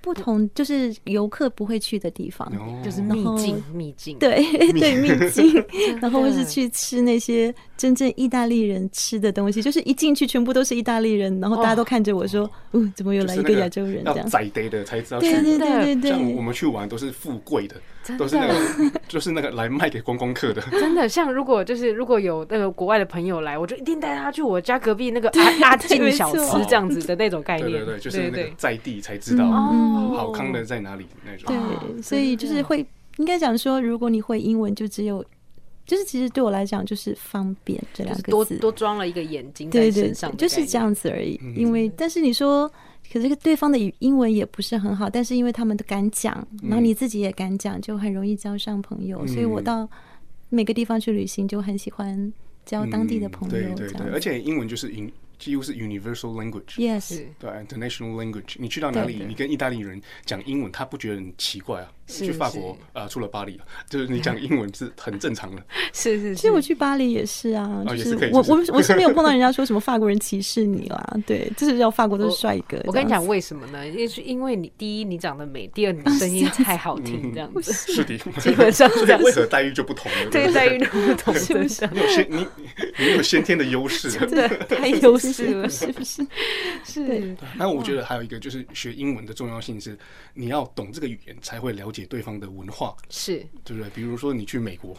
Speaker 5: 不不同就是游客不会去的地方。
Speaker 2: 哦
Speaker 3: 就是秘
Speaker 5: 嗯然后
Speaker 3: 境，秘境。
Speaker 5: 对对，秘境， 然后或
Speaker 3: 真
Speaker 5: 是
Speaker 3: 的
Speaker 5: 去吃那些真正意大利人吃的东西，就是一进去全部都是意大利人，然后大家都看着我说，哦，怎么又
Speaker 2: 就
Speaker 5: 来
Speaker 2: 是
Speaker 5: 一
Speaker 2: 那
Speaker 5: 个亚洲人这
Speaker 2: 要
Speaker 5: 样？
Speaker 2: 宰得的才知道去
Speaker 5: 对
Speaker 2: 的。
Speaker 5: 对
Speaker 3: 真的
Speaker 5: 对对
Speaker 2: 像我
Speaker 5: 对，
Speaker 2: 们去玩都是富贵的，
Speaker 3: 真的
Speaker 2: 都是那个 就是那个来卖给观光客的。
Speaker 3: 真 的，像如果就是如果有那个国外的朋友来，我就一定带他去我家隔壁那个阿阿
Speaker 5: 对
Speaker 3: 进
Speaker 5: 没
Speaker 3: 小
Speaker 5: 错
Speaker 3: 吃这样子的那种概
Speaker 2: 对
Speaker 3: 念。
Speaker 2: 对对，就是那
Speaker 3: 对
Speaker 2: 个在地才知道
Speaker 3: 哦
Speaker 2: 好康的在哪里那种。
Speaker 5: 对，所
Speaker 2: 嗯
Speaker 5: 以就是会应该讲说，如果你会英文，就只有就是其实对我来讲就是方便这
Speaker 3: 就
Speaker 5: 两
Speaker 3: 是
Speaker 5: 个
Speaker 3: 多
Speaker 5: 字，
Speaker 3: 多装了一个眼睛在
Speaker 5: 对对
Speaker 3: 身上，
Speaker 5: 对就是这。样子而
Speaker 2: 嗯
Speaker 5: 已。因
Speaker 3: 嗯
Speaker 5: 为但是你说。可是对方的语英文也不是很好，但是因为他们都敢讲，然后你自己也敢讲，就很容易交上朋友。所以我
Speaker 2: 嗯
Speaker 5: 到每个地方去旅行，就很喜欢交当地的
Speaker 2: 嗯
Speaker 5: 朋友。
Speaker 2: 对对
Speaker 5: 这
Speaker 2: 对，
Speaker 5: 样
Speaker 2: 而
Speaker 5: 子
Speaker 2: 且英文就是 in 几乎是 universal language。
Speaker 5: yes，
Speaker 3: 是
Speaker 2: 对，international language，你去到哪
Speaker 5: 对
Speaker 2: 里，
Speaker 5: 对
Speaker 2: 你跟意大利人讲英文，他不觉得很奇怪啊。
Speaker 3: 是
Speaker 2: 去法
Speaker 3: 是
Speaker 2: 国，呃，除了巴黎啊， 就是你讲英文是很正常的。
Speaker 3: 是是，
Speaker 5: 其实我去巴黎也是啊，
Speaker 2: 嗯哦
Speaker 5: 就
Speaker 2: 也是可以
Speaker 5: 我
Speaker 2: 是不
Speaker 5: 我们
Speaker 2: 是
Speaker 5: 我是没有碰 到人家说什么法国人歧视你啦，对，就是要法国都是帅哥
Speaker 3: 我跟你
Speaker 5: 这样
Speaker 3: 讲
Speaker 5: 子，
Speaker 3: 为什么呢？因为是因为你第一你长得美，第二你声
Speaker 5: 啊
Speaker 3: 音太好
Speaker 2: 嗯
Speaker 3: 听，这样子。
Speaker 2: 是的，
Speaker 3: 基本上
Speaker 2: 所以为何待遇就不同了？
Speaker 3: 对
Speaker 2: 不
Speaker 3: 待遇都不同， 真的
Speaker 2: 你有先你你有先天的优势。啊
Speaker 3: 真的太优
Speaker 5: 是
Speaker 3: 势了，
Speaker 5: 是不是？
Speaker 3: 是
Speaker 2: 那我觉
Speaker 3: 嗯
Speaker 2: 得还有一个就是学英文的重要性是，你要懂这个语言才会了解对方的文化，
Speaker 3: 是，
Speaker 2: 对不对？比如说你去美国、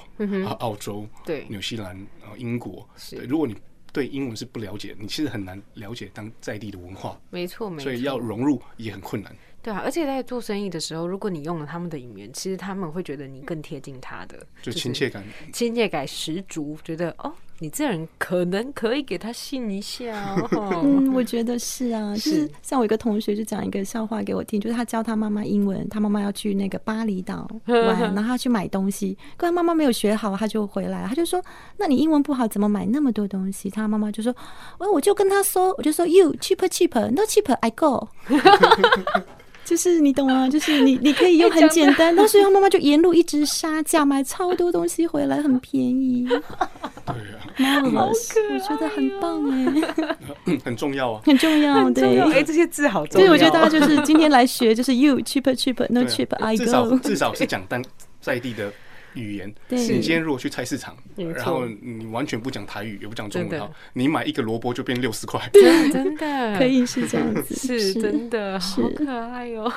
Speaker 2: 啊、澳洲、
Speaker 3: 嗯对
Speaker 2: 纽西兰、啊、英国，
Speaker 3: 是
Speaker 2: 对如果你对英文是不了解，你其实很难了解当在地的文化，
Speaker 3: 没错没错。
Speaker 2: 所以要融入也很困难。
Speaker 3: 对啊，而且在做生意的时候，如果你用了他们的语言，其实他们会觉得你更贴近他的，
Speaker 2: 就是亲切感，
Speaker 3: 亲切感十足，觉得哦，你这人可能可以给他信一下哦。
Speaker 5: 嗯，我觉得是啊，就是
Speaker 3: 是
Speaker 5: 像我一个同学就讲一个笑话给我听，就是他教他妈妈英文，他妈妈要去那个巴厘岛玩，然后他去买东西，可他妈妈没有学好，他就回来，他就说：“那你英文不好，怎么买那么多东西？”他妈妈就说：“哦我我就跟他说，我就说 you cheaper cheaper no cheaper I go。” 就是你懂吗？就是你，你可以用很简单，但是他妈妈就沿路一直杀价，买超多东西回来，很便宜。对啊，我觉得很棒哎、
Speaker 2: 很重要啊。
Speaker 5: 很重要，对。
Speaker 3: 哎，这些字好重
Speaker 5: 所
Speaker 3: 要。
Speaker 5: 以我觉得大家就是今天来学，就是 you cheaper cheaper no
Speaker 2: 对
Speaker 5: cheaper
Speaker 2: 啊
Speaker 5: I
Speaker 2: 至少
Speaker 5: go。
Speaker 2: 至少是讲当在地的语 言。
Speaker 5: 对
Speaker 2: 你今天如果去菜市场，
Speaker 3: 没
Speaker 2: 然
Speaker 3: 错
Speaker 2: 后你完全不讲台语，也不讲中
Speaker 3: 真
Speaker 2: 文，
Speaker 3: 的
Speaker 2: 好，你买一个萝卜就变六十块。
Speaker 3: 真的
Speaker 5: 可。以是这样子，
Speaker 3: 是真的，
Speaker 5: 是
Speaker 3: 好可爱哦！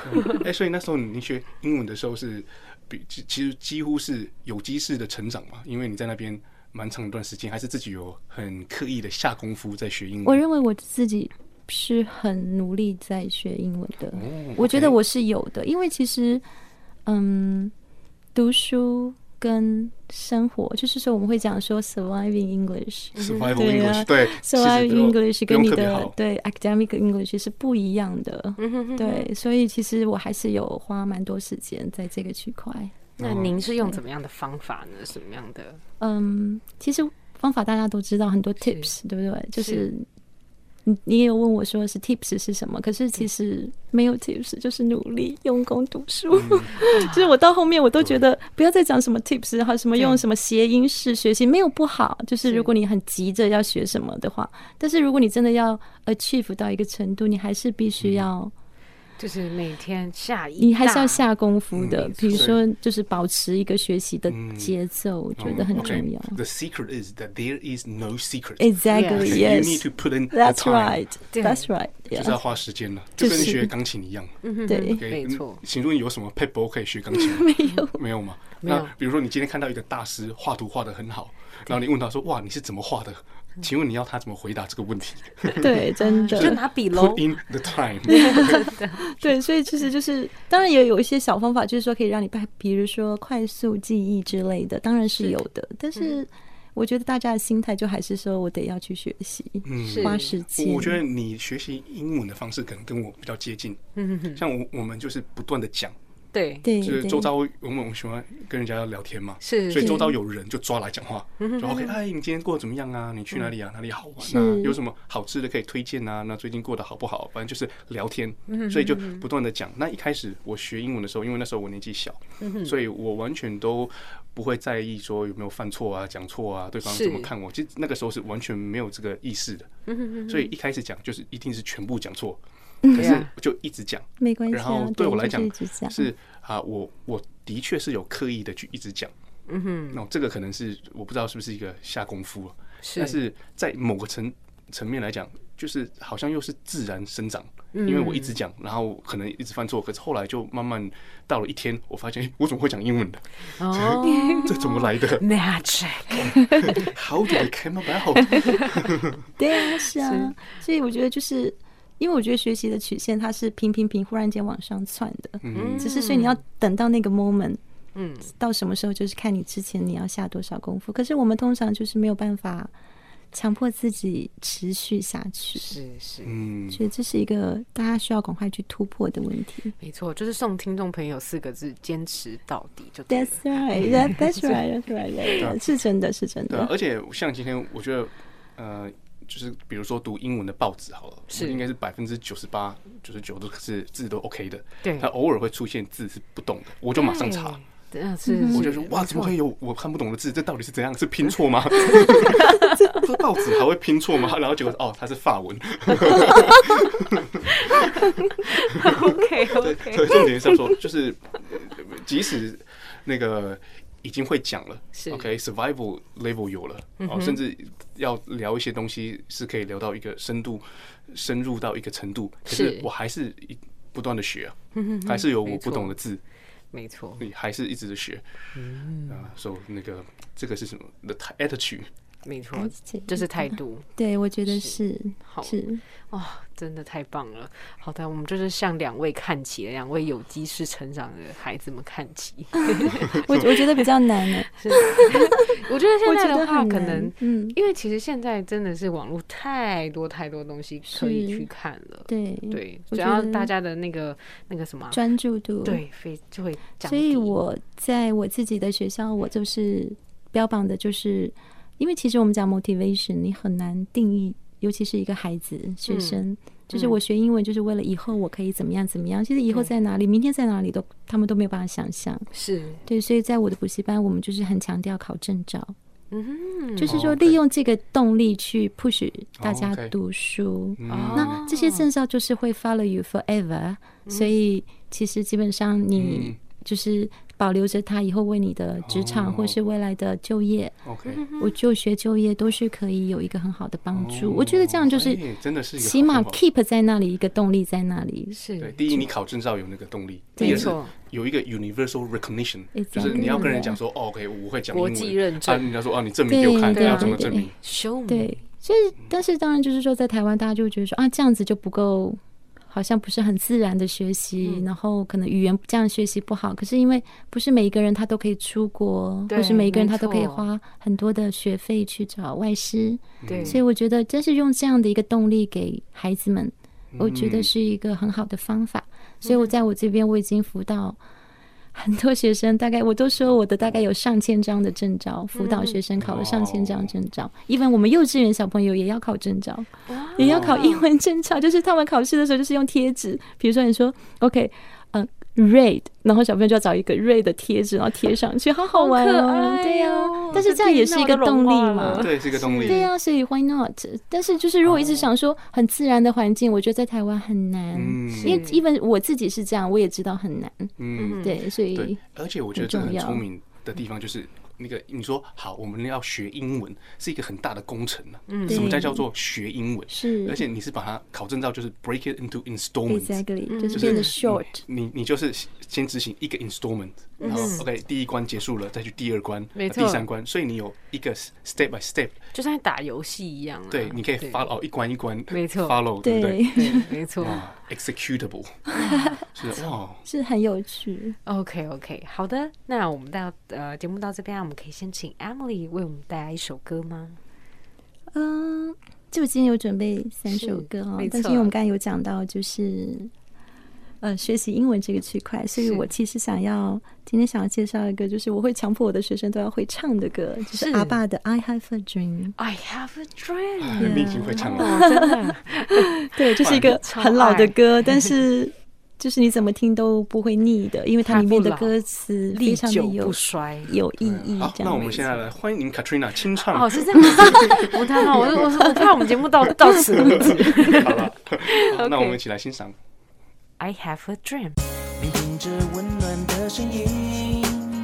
Speaker 2: 哎、所以那时候你学英文的时候是比其其实几乎是有机式的成长嘛，因为你在那边蛮长一段时间，还是自己有很刻意的下功夫在学英
Speaker 5: 我
Speaker 2: 文。
Speaker 5: 认为我自己是很努力在学英文的，
Speaker 2: 哦
Speaker 5: 我觉得
Speaker 2: OK
Speaker 5: 我是有的，因为其实，嗯，读书跟生活，就是说我们会讲说 surviving English。
Speaker 2: survival
Speaker 5: 对啊
Speaker 2: English 对哦其实
Speaker 5: survive
Speaker 2: 不用
Speaker 5: English
Speaker 2: 不
Speaker 5: 跟
Speaker 2: 用
Speaker 5: 你
Speaker 2: 特别
Speaker 5: 的
Speaker 2: 好，嗯
Speaker 5: 对 academic English 是不一样的，对，所以其实我还是有花蛮多时间在这个区块。
Speaker 3: 那您是用怎么样的方法呢？什么样的？
Speaker 5: 嗯，其实方法大家都知道，很多 tips，对不对？就是你你也有问我说是 tips 是什么，可是其实没有 tips，就是努力用功读书。 就是我到后面我都觉得不要再讲什么 tips，然后什么用什么谐音式学习没有不好，就是如果你很急着要学什么的话，但是如果你真的要 achieve 到一个程度，你还是必须要。
Speaker 3: 就是每天下一，
Speaker 5: 你还是要，下功夫的
Speaker 2: 嗯，
Speaker 5: 比如
Speaker 2: 是
Speaker 5: 说就是保持一个学习的节奏，我觉
Speaker 2: 哦
Speaker 5: 得很重要。
Speaker 2: Okay. The secret is that there is no secret.
Speaker 5: Exactly,
Speaker 2: You
Speaker 5: yes.
Speaker 2: need to put in the
Speaker 5: That's
Speaker 2: time.
Speaker 5: right.
Speaker 3: 对
Speaker 5: That's right.
Speaker 2: 就是要
Speaker 5: Yeah.
Speaker 2: 花时间了，
Speaker 5: 就
Speaker 2: 就是跟学钢琴一样。
Speaker 5: 嗯对，
Speaker 2: OK，
Speaker 3: 没错
Speaker 2: 嗯请问有什么 p a p e 可以学钢 琴？没有，没有吗？
Speaker 3: 没有
Speaker 2: 那比如说你今天看到一个大师画图画的很好，然后你问他说：“哇，你是怎么画的？”
Speaker 3: 嗯
Speaker 2: 请问你要他怎么回答这个问题
Speaker 5: 对，嗯真
Speaker 3: 就
Speaker 5: 的，
Speaker 3: 拿笔喽
Speaker 2: ？Put。in the time，
Speaker 5: 对，所以其实就是，当然也有一些小方法，就是说可以让你把，比如说快速记忆之类的，当然是嗯有的。但是我觉得大家的心态就还是说我得要去学习，
Speaker 3: 是
Speaker 5: 花时间。
Speaker 2: 嗯我我觉得你学习英文的方式可能跟我比较接近。像我我们就是不断的讲，
Speaker 3: 对，
Speaker 5: 对
Speaker 2: 就是
Speaker 5: 对
Speaker 2: 周遭我们我们喜欢跟人家聊天嘛，
Speaker 3: 是
Speaker 2: 所以
Speaker 3: 是嗯
Speaker 2: 周遭有人就抓来讲话，就 OK，哎，你今天过得怎么样啊？你去哪里啊？哪里好玩啊
Speaker 5: 是？
Speaker 2: 有什么好吃的可以推荐啊？那最近过得好不好？反正就是聊天，
Speaker 3: 嗯
Speaker 2: 所以就不断的讲。那一开始我学英文的时候，因为那时候我年纪小，
Speaker 3: 嗯
Speaker 2: 所以我完全都不会在意说有没有犯错啊、讲错啊，对方
Speaker 3: 是嗯
Speaker 2: 怎么看我。其实那个时候是完全没有这个意识的，所以一开始讲就是一定是全部讲错。可
Speaker 3: 对
Speaker 2: 是
Speaker 3: 啊
Speaker 2: 我就一直讲，
Speaker 5: 没关系
Speaker 2: 然后
Speaker 5: 啊。
Speaker 2: 对我来讲
Speaker 5: 就是一直讲
Speaker 2: 是啊、我我的确是有刻意的去一直讲，嗯哼，那这个可能是我不知道是不是一个下功夫、啊，但是在某个层层面来讲，就是好像又是自然生长，因为我一直讲，然后可能一直犯错，可是后来就慢慢到了一天，我发现诶 我怎么会讲英文的？
Speaker 3: 哦
Speaker 2: 这怎么来 的
Speaker 3: ，magic，
Speaker 2: ？How did it came about？
Speaker 5: 对啊，是啊，所以我觉得就是。因为我觉得学习的曲线它是平平平，忽然间往上窜的，
Speaker 2: 嗯
Speaker 5: 只是所以你要等到那个 moment，
Speaker 3: 嗯，
Speaker 5: 到什么时候就是看你之前你要下多少功夫。可是我们通常就是没有办法强迫自己持续下去，
Speaker 3: 是是。
Speaker 2: 嗯，
Speaker 5: 所以这是一个大家需要赶快去突破的问题。
Speaker 3: 没错，就是送听众朋友四个字：坚持到底就对了
Speaker 5: That's。right, that, that's right, that's right, that's right. 是真的，是真
Speaker 2: 对啊，
Speaker 5: 的。
Speaker 2: 而且像今天，我觉得，呃，就是比如说读英文的报纸好了，
Speaker 3: 是
Speaker 2: 我应该是百分之九十八、九十九都是字都 OK 的，
Speaker 3: 对
Speaker 2: 它偶尔会出现字是不懂的，我就马上查。
Speaker 3: 对。嗯，是，
Speaker 2: 我
Speaker 3: 是
Speaker 2: 就说哇，怎么会有我看不懂的字？这到底是怎样？是拼错吗？这报纸还会拼错吗？然后结果哦，它是法 文。
Speaker 3: OK
Speaker 2: 所
Speaker 3: OK，
Speaker 2: 以重点是要说，就是呃即使那个已经会讲了
Speaker 3: 是嗯
Speaker 2: ，OK，survival、level 有了，哦，甚至要聊一些东西是可以聊到一个深度，深入到一个程度，可是
Speaker 3: 是嗯
Speaker 2: 我还是一不断的学啊，还是有我不懂的字，
Speaker 3: 没错，
Speaker 2: 你还是一直的学，啊，所以那个这个是什么？the attitude，
Speaker 3: 没错
Speaker 5: 而且，
Speaker 3: 就是态度。
Speaker 5: 对，我觉得是
Speaker 3: 好
Speaker 5: 是。
Speaker 3: 哦，真的太棒了！好的，我们就是向两位看齐，两位有机式成长的孩子们看齐。
Speaker 5: 我我觉得比较难呢。
Speaker 3: 我觉得现
Speaker 5: 我觉
Speaker 3: 在的
Speaker 5: 得
Speaker 3: 话，
Speaker 5: 很
Speaker 3: 可
Speaker 5: 难
Speaker 3: 能，
Speaker 5: 嗯
Speaker 3: 因为其实现在真的是网络太多太多东西可以
Speaker 5: 是
Speaker 3: 去看了，
Speaker 5: 对
Speaker 3: 对，
Speaker 5: 我
Speaker 3: 只
Speaker 5: 觉
Speaker 3: 要
Speaker 5: 得
Speaker 3: 大家的那个那个什么啊，
Speaker 5: 专注度。，
Speaker 3: 对，非就会降
Speaker 5: 所以
Speaker 3: 低
Speaker 5: 我在我自己的学校，我就是标榜的就是，因为其实我们讲 motivation，你很难定义，尤其是一个孩子学生。
Speaker 3: 嗯
Speaker 5: 就是我学英文，就是为了以后我可以怎么样怎么样。其实以后
Speaker 3: 对
Speaker 5: 在哪里，明天在哪里都，他们都没有办法想象。
Speaker 3: 是
Speaker 5: 对，所以在我的补习班，我们就是很强调考证照，
Speaker 3: 嗯
Speaker 5: 就是
Speaker 2: 哦
Speaker 5: 说
Speaker 2: ，OK
Speaker 5: 利用这个动力去 push 大
Speaker 2: 哦
Speaker 5: 家
Speaker 2: ，OK
Speaker 5: 读书。
Speaker 2: 嗯，
Speaker 5: 那这些证照就是会 follow you forever，、所以其实基本上你就是保留着它，以后为你的职
Speaker 2: 嗯
Speaker 5: 场
Speaker 2: 哦
Speaker 5: 或是未来的就业，
Speaker 2: OK，
Speaker 5: 我就学就业都是可以有一个很好的帮助。我觉得这样就是
Speaker 2: 哎真的哦是一个
Speaker 5: 起
Speaker 2: 好
Speaker 5: 码
Speaker 2: 方法
Speaker 5: keep 在那里一个动力在那里。
Speaker 2: 对，
Speaker 3: 是
Speaker 2: 第一你考证照有那个动力，
Speaker 5: 对
Speaker 2: 第二是
Speaker 3: 没错
Speaker 2: 有一个 universal recognition，
Speaker 5: Exactly
Speaker 2: 就是你要跟人讲说，哦，OK，我会讲英文
Speaker 3: 国际认证
Speaker 2: 啊，人家说啊，你证明给我看，
Speaker 5: 对
Speaker 2: 你
Speaker 5: 啊
Speaker 2: 要怎么证明？
Speaker 3: ，show me，
Speaker 5: 对，所以但是当然就是说，在台湾大家就会觉得说啊，这样子就不够，好像不是很自然的学习，
Speaker 3: 嗯
Speaker 5: 然后可能语言这样学习不好。可是因为不是每一个人他都可以出国，
Speaker 3: 对
Speaker 5: 或是每一个人
Speaker 3: 没
Speaker 5: 他都可以
Speaker 3: 错
Speaker 5: 花很多的学费去找外师，
Speaker 3: 对，
Speaker 5: 所以我觉得真是用这样的一个动力给孩子们，
Speaker 3: 嗯
Speaker 5: 我觉得是一个很好的方法。所以我在我这边我已经辅导。很多学生大概我都说我的大概有上千张的证照，辅导学生考了上千张证照。even
Speaker 3: 嗯
Speaker 5: 我们幼稚园小朋友也要考证照，也要考英文证照，就是他们考试的时候就是用贴纸，比如说你说 OK，嗯、read，然后小朋友就要找一个 read 的贴纸，然后贴上去，好好玩
Speaker 3: 好可
Speaker 5: 哦
Speaker 3: 爱，
Speaker 5: 对呀、
Speaker 3: 哦
Speaker 5: 但是这样也是一个动力
Speaker 3: 我的天哪我都融化
Speaker 5: 嘛
Speaker 3: 了，
Speaker 2: 对，是一哦个动力。
Speaker 5: 对呀、所以 why not？但是就是如果一直想说很自然的环境，我觉得在台湾很难，
Speaker 2: 嗯
Speaker 5: 因为 even 我自己是这样，我也知道很难，
Speaker 2: 嗯，
Speaker 5: 对，所
Speaker 2: 对
Speaker 5: 以。
Speaker 2: 而且我觉得这个
Speaker 5: 很
Speaker 2: 很
Speaker 5: 重要
Speaker 2: 聪明的地方就是。那个你说好，我们要学英文是一个很大的工程啊。嗯，什么叫
Speaker 5: 对
Speaker 2: 叫做学英文？
Speaker 5: 是
Speaker 2: 而且你是把它考证照，就是 break it into installments。
Speaker 5: 嗯 exactly 就是
Speaker 2: 嗯就
Speaker 5: 变
Speaker 2: 是
Speaker 5: 得 short，嗯
Speaker 2: 你你就是先执行一个 installment，然后 OK 第一关结束了，再去第二关，
Speaker 3: 嗯
Speaker 2: 呃
Speaker 3: 没错
Speaker 2: 第三关，所以你有一个 step by step，
Speaker 3: 就像打游戏一样啊，
Speaker 2: 对，你可以 follow 一关一关，
Speaker 3: 没错
Speaker 2: ，follow 嗯对不 对？
Speaker 3: 对，没错。
Speaker 2: 哇，executable，是哇，
Speaker 5: 是很有趣。
Speaker 3: OK OK，好的，那我们到呃节目到这边啊，我们可以先请 Emily 为我们带来一首歌吗？
Speaker 5: 嗯，就我今天有准备三
Speaker 3: 是
Speaker 5: 首歌哦
Speaker 3: 没，
Speaker 5: 但是
Speaker 3: 错
Speaker 5: 因为我们刚才有讲到就是呃学习英文这个区块，所以
Speaker 3: 是
Speaker 5: 我其实想要今天想要介绍一个，就是我会强迫我的学生都要会唱的歌，就是
Speaker 3: 是
Speaker 5: 阿爸的 I Have a Dream。
Speaker 3: I have a dream，
Speaker 2: 哎你已经会唱了，
Speaker 3: 哦，真的啊
Speaker 5: 对，这是一个很老的歌，但是就是你怎么听都不会腻的，因为它里面的歌词
Speaker 3: 历
Speaker 5: 非常的
Speaker 3: 久
Speaker 5: 有
Speaker 3: 不衰。
Speaker 5: 有意义。
Speaker 2: 啊好，
Speaker 5: 这
Speaker 2: 那我
Speaker 5: 样
Speaker 2: 们
Speaker 5: 子，
Speaker 2: 现在来欢迎 Katrina 清唱。
Speaker 3: 哦，是这样子，不太好。我我我怕我们节目到到此为止。
Speaker 2: 好了，好那我们一起来欣赏。
Speaker 3: I have a dream。
Speaker 4: 聆听着温暖的声音，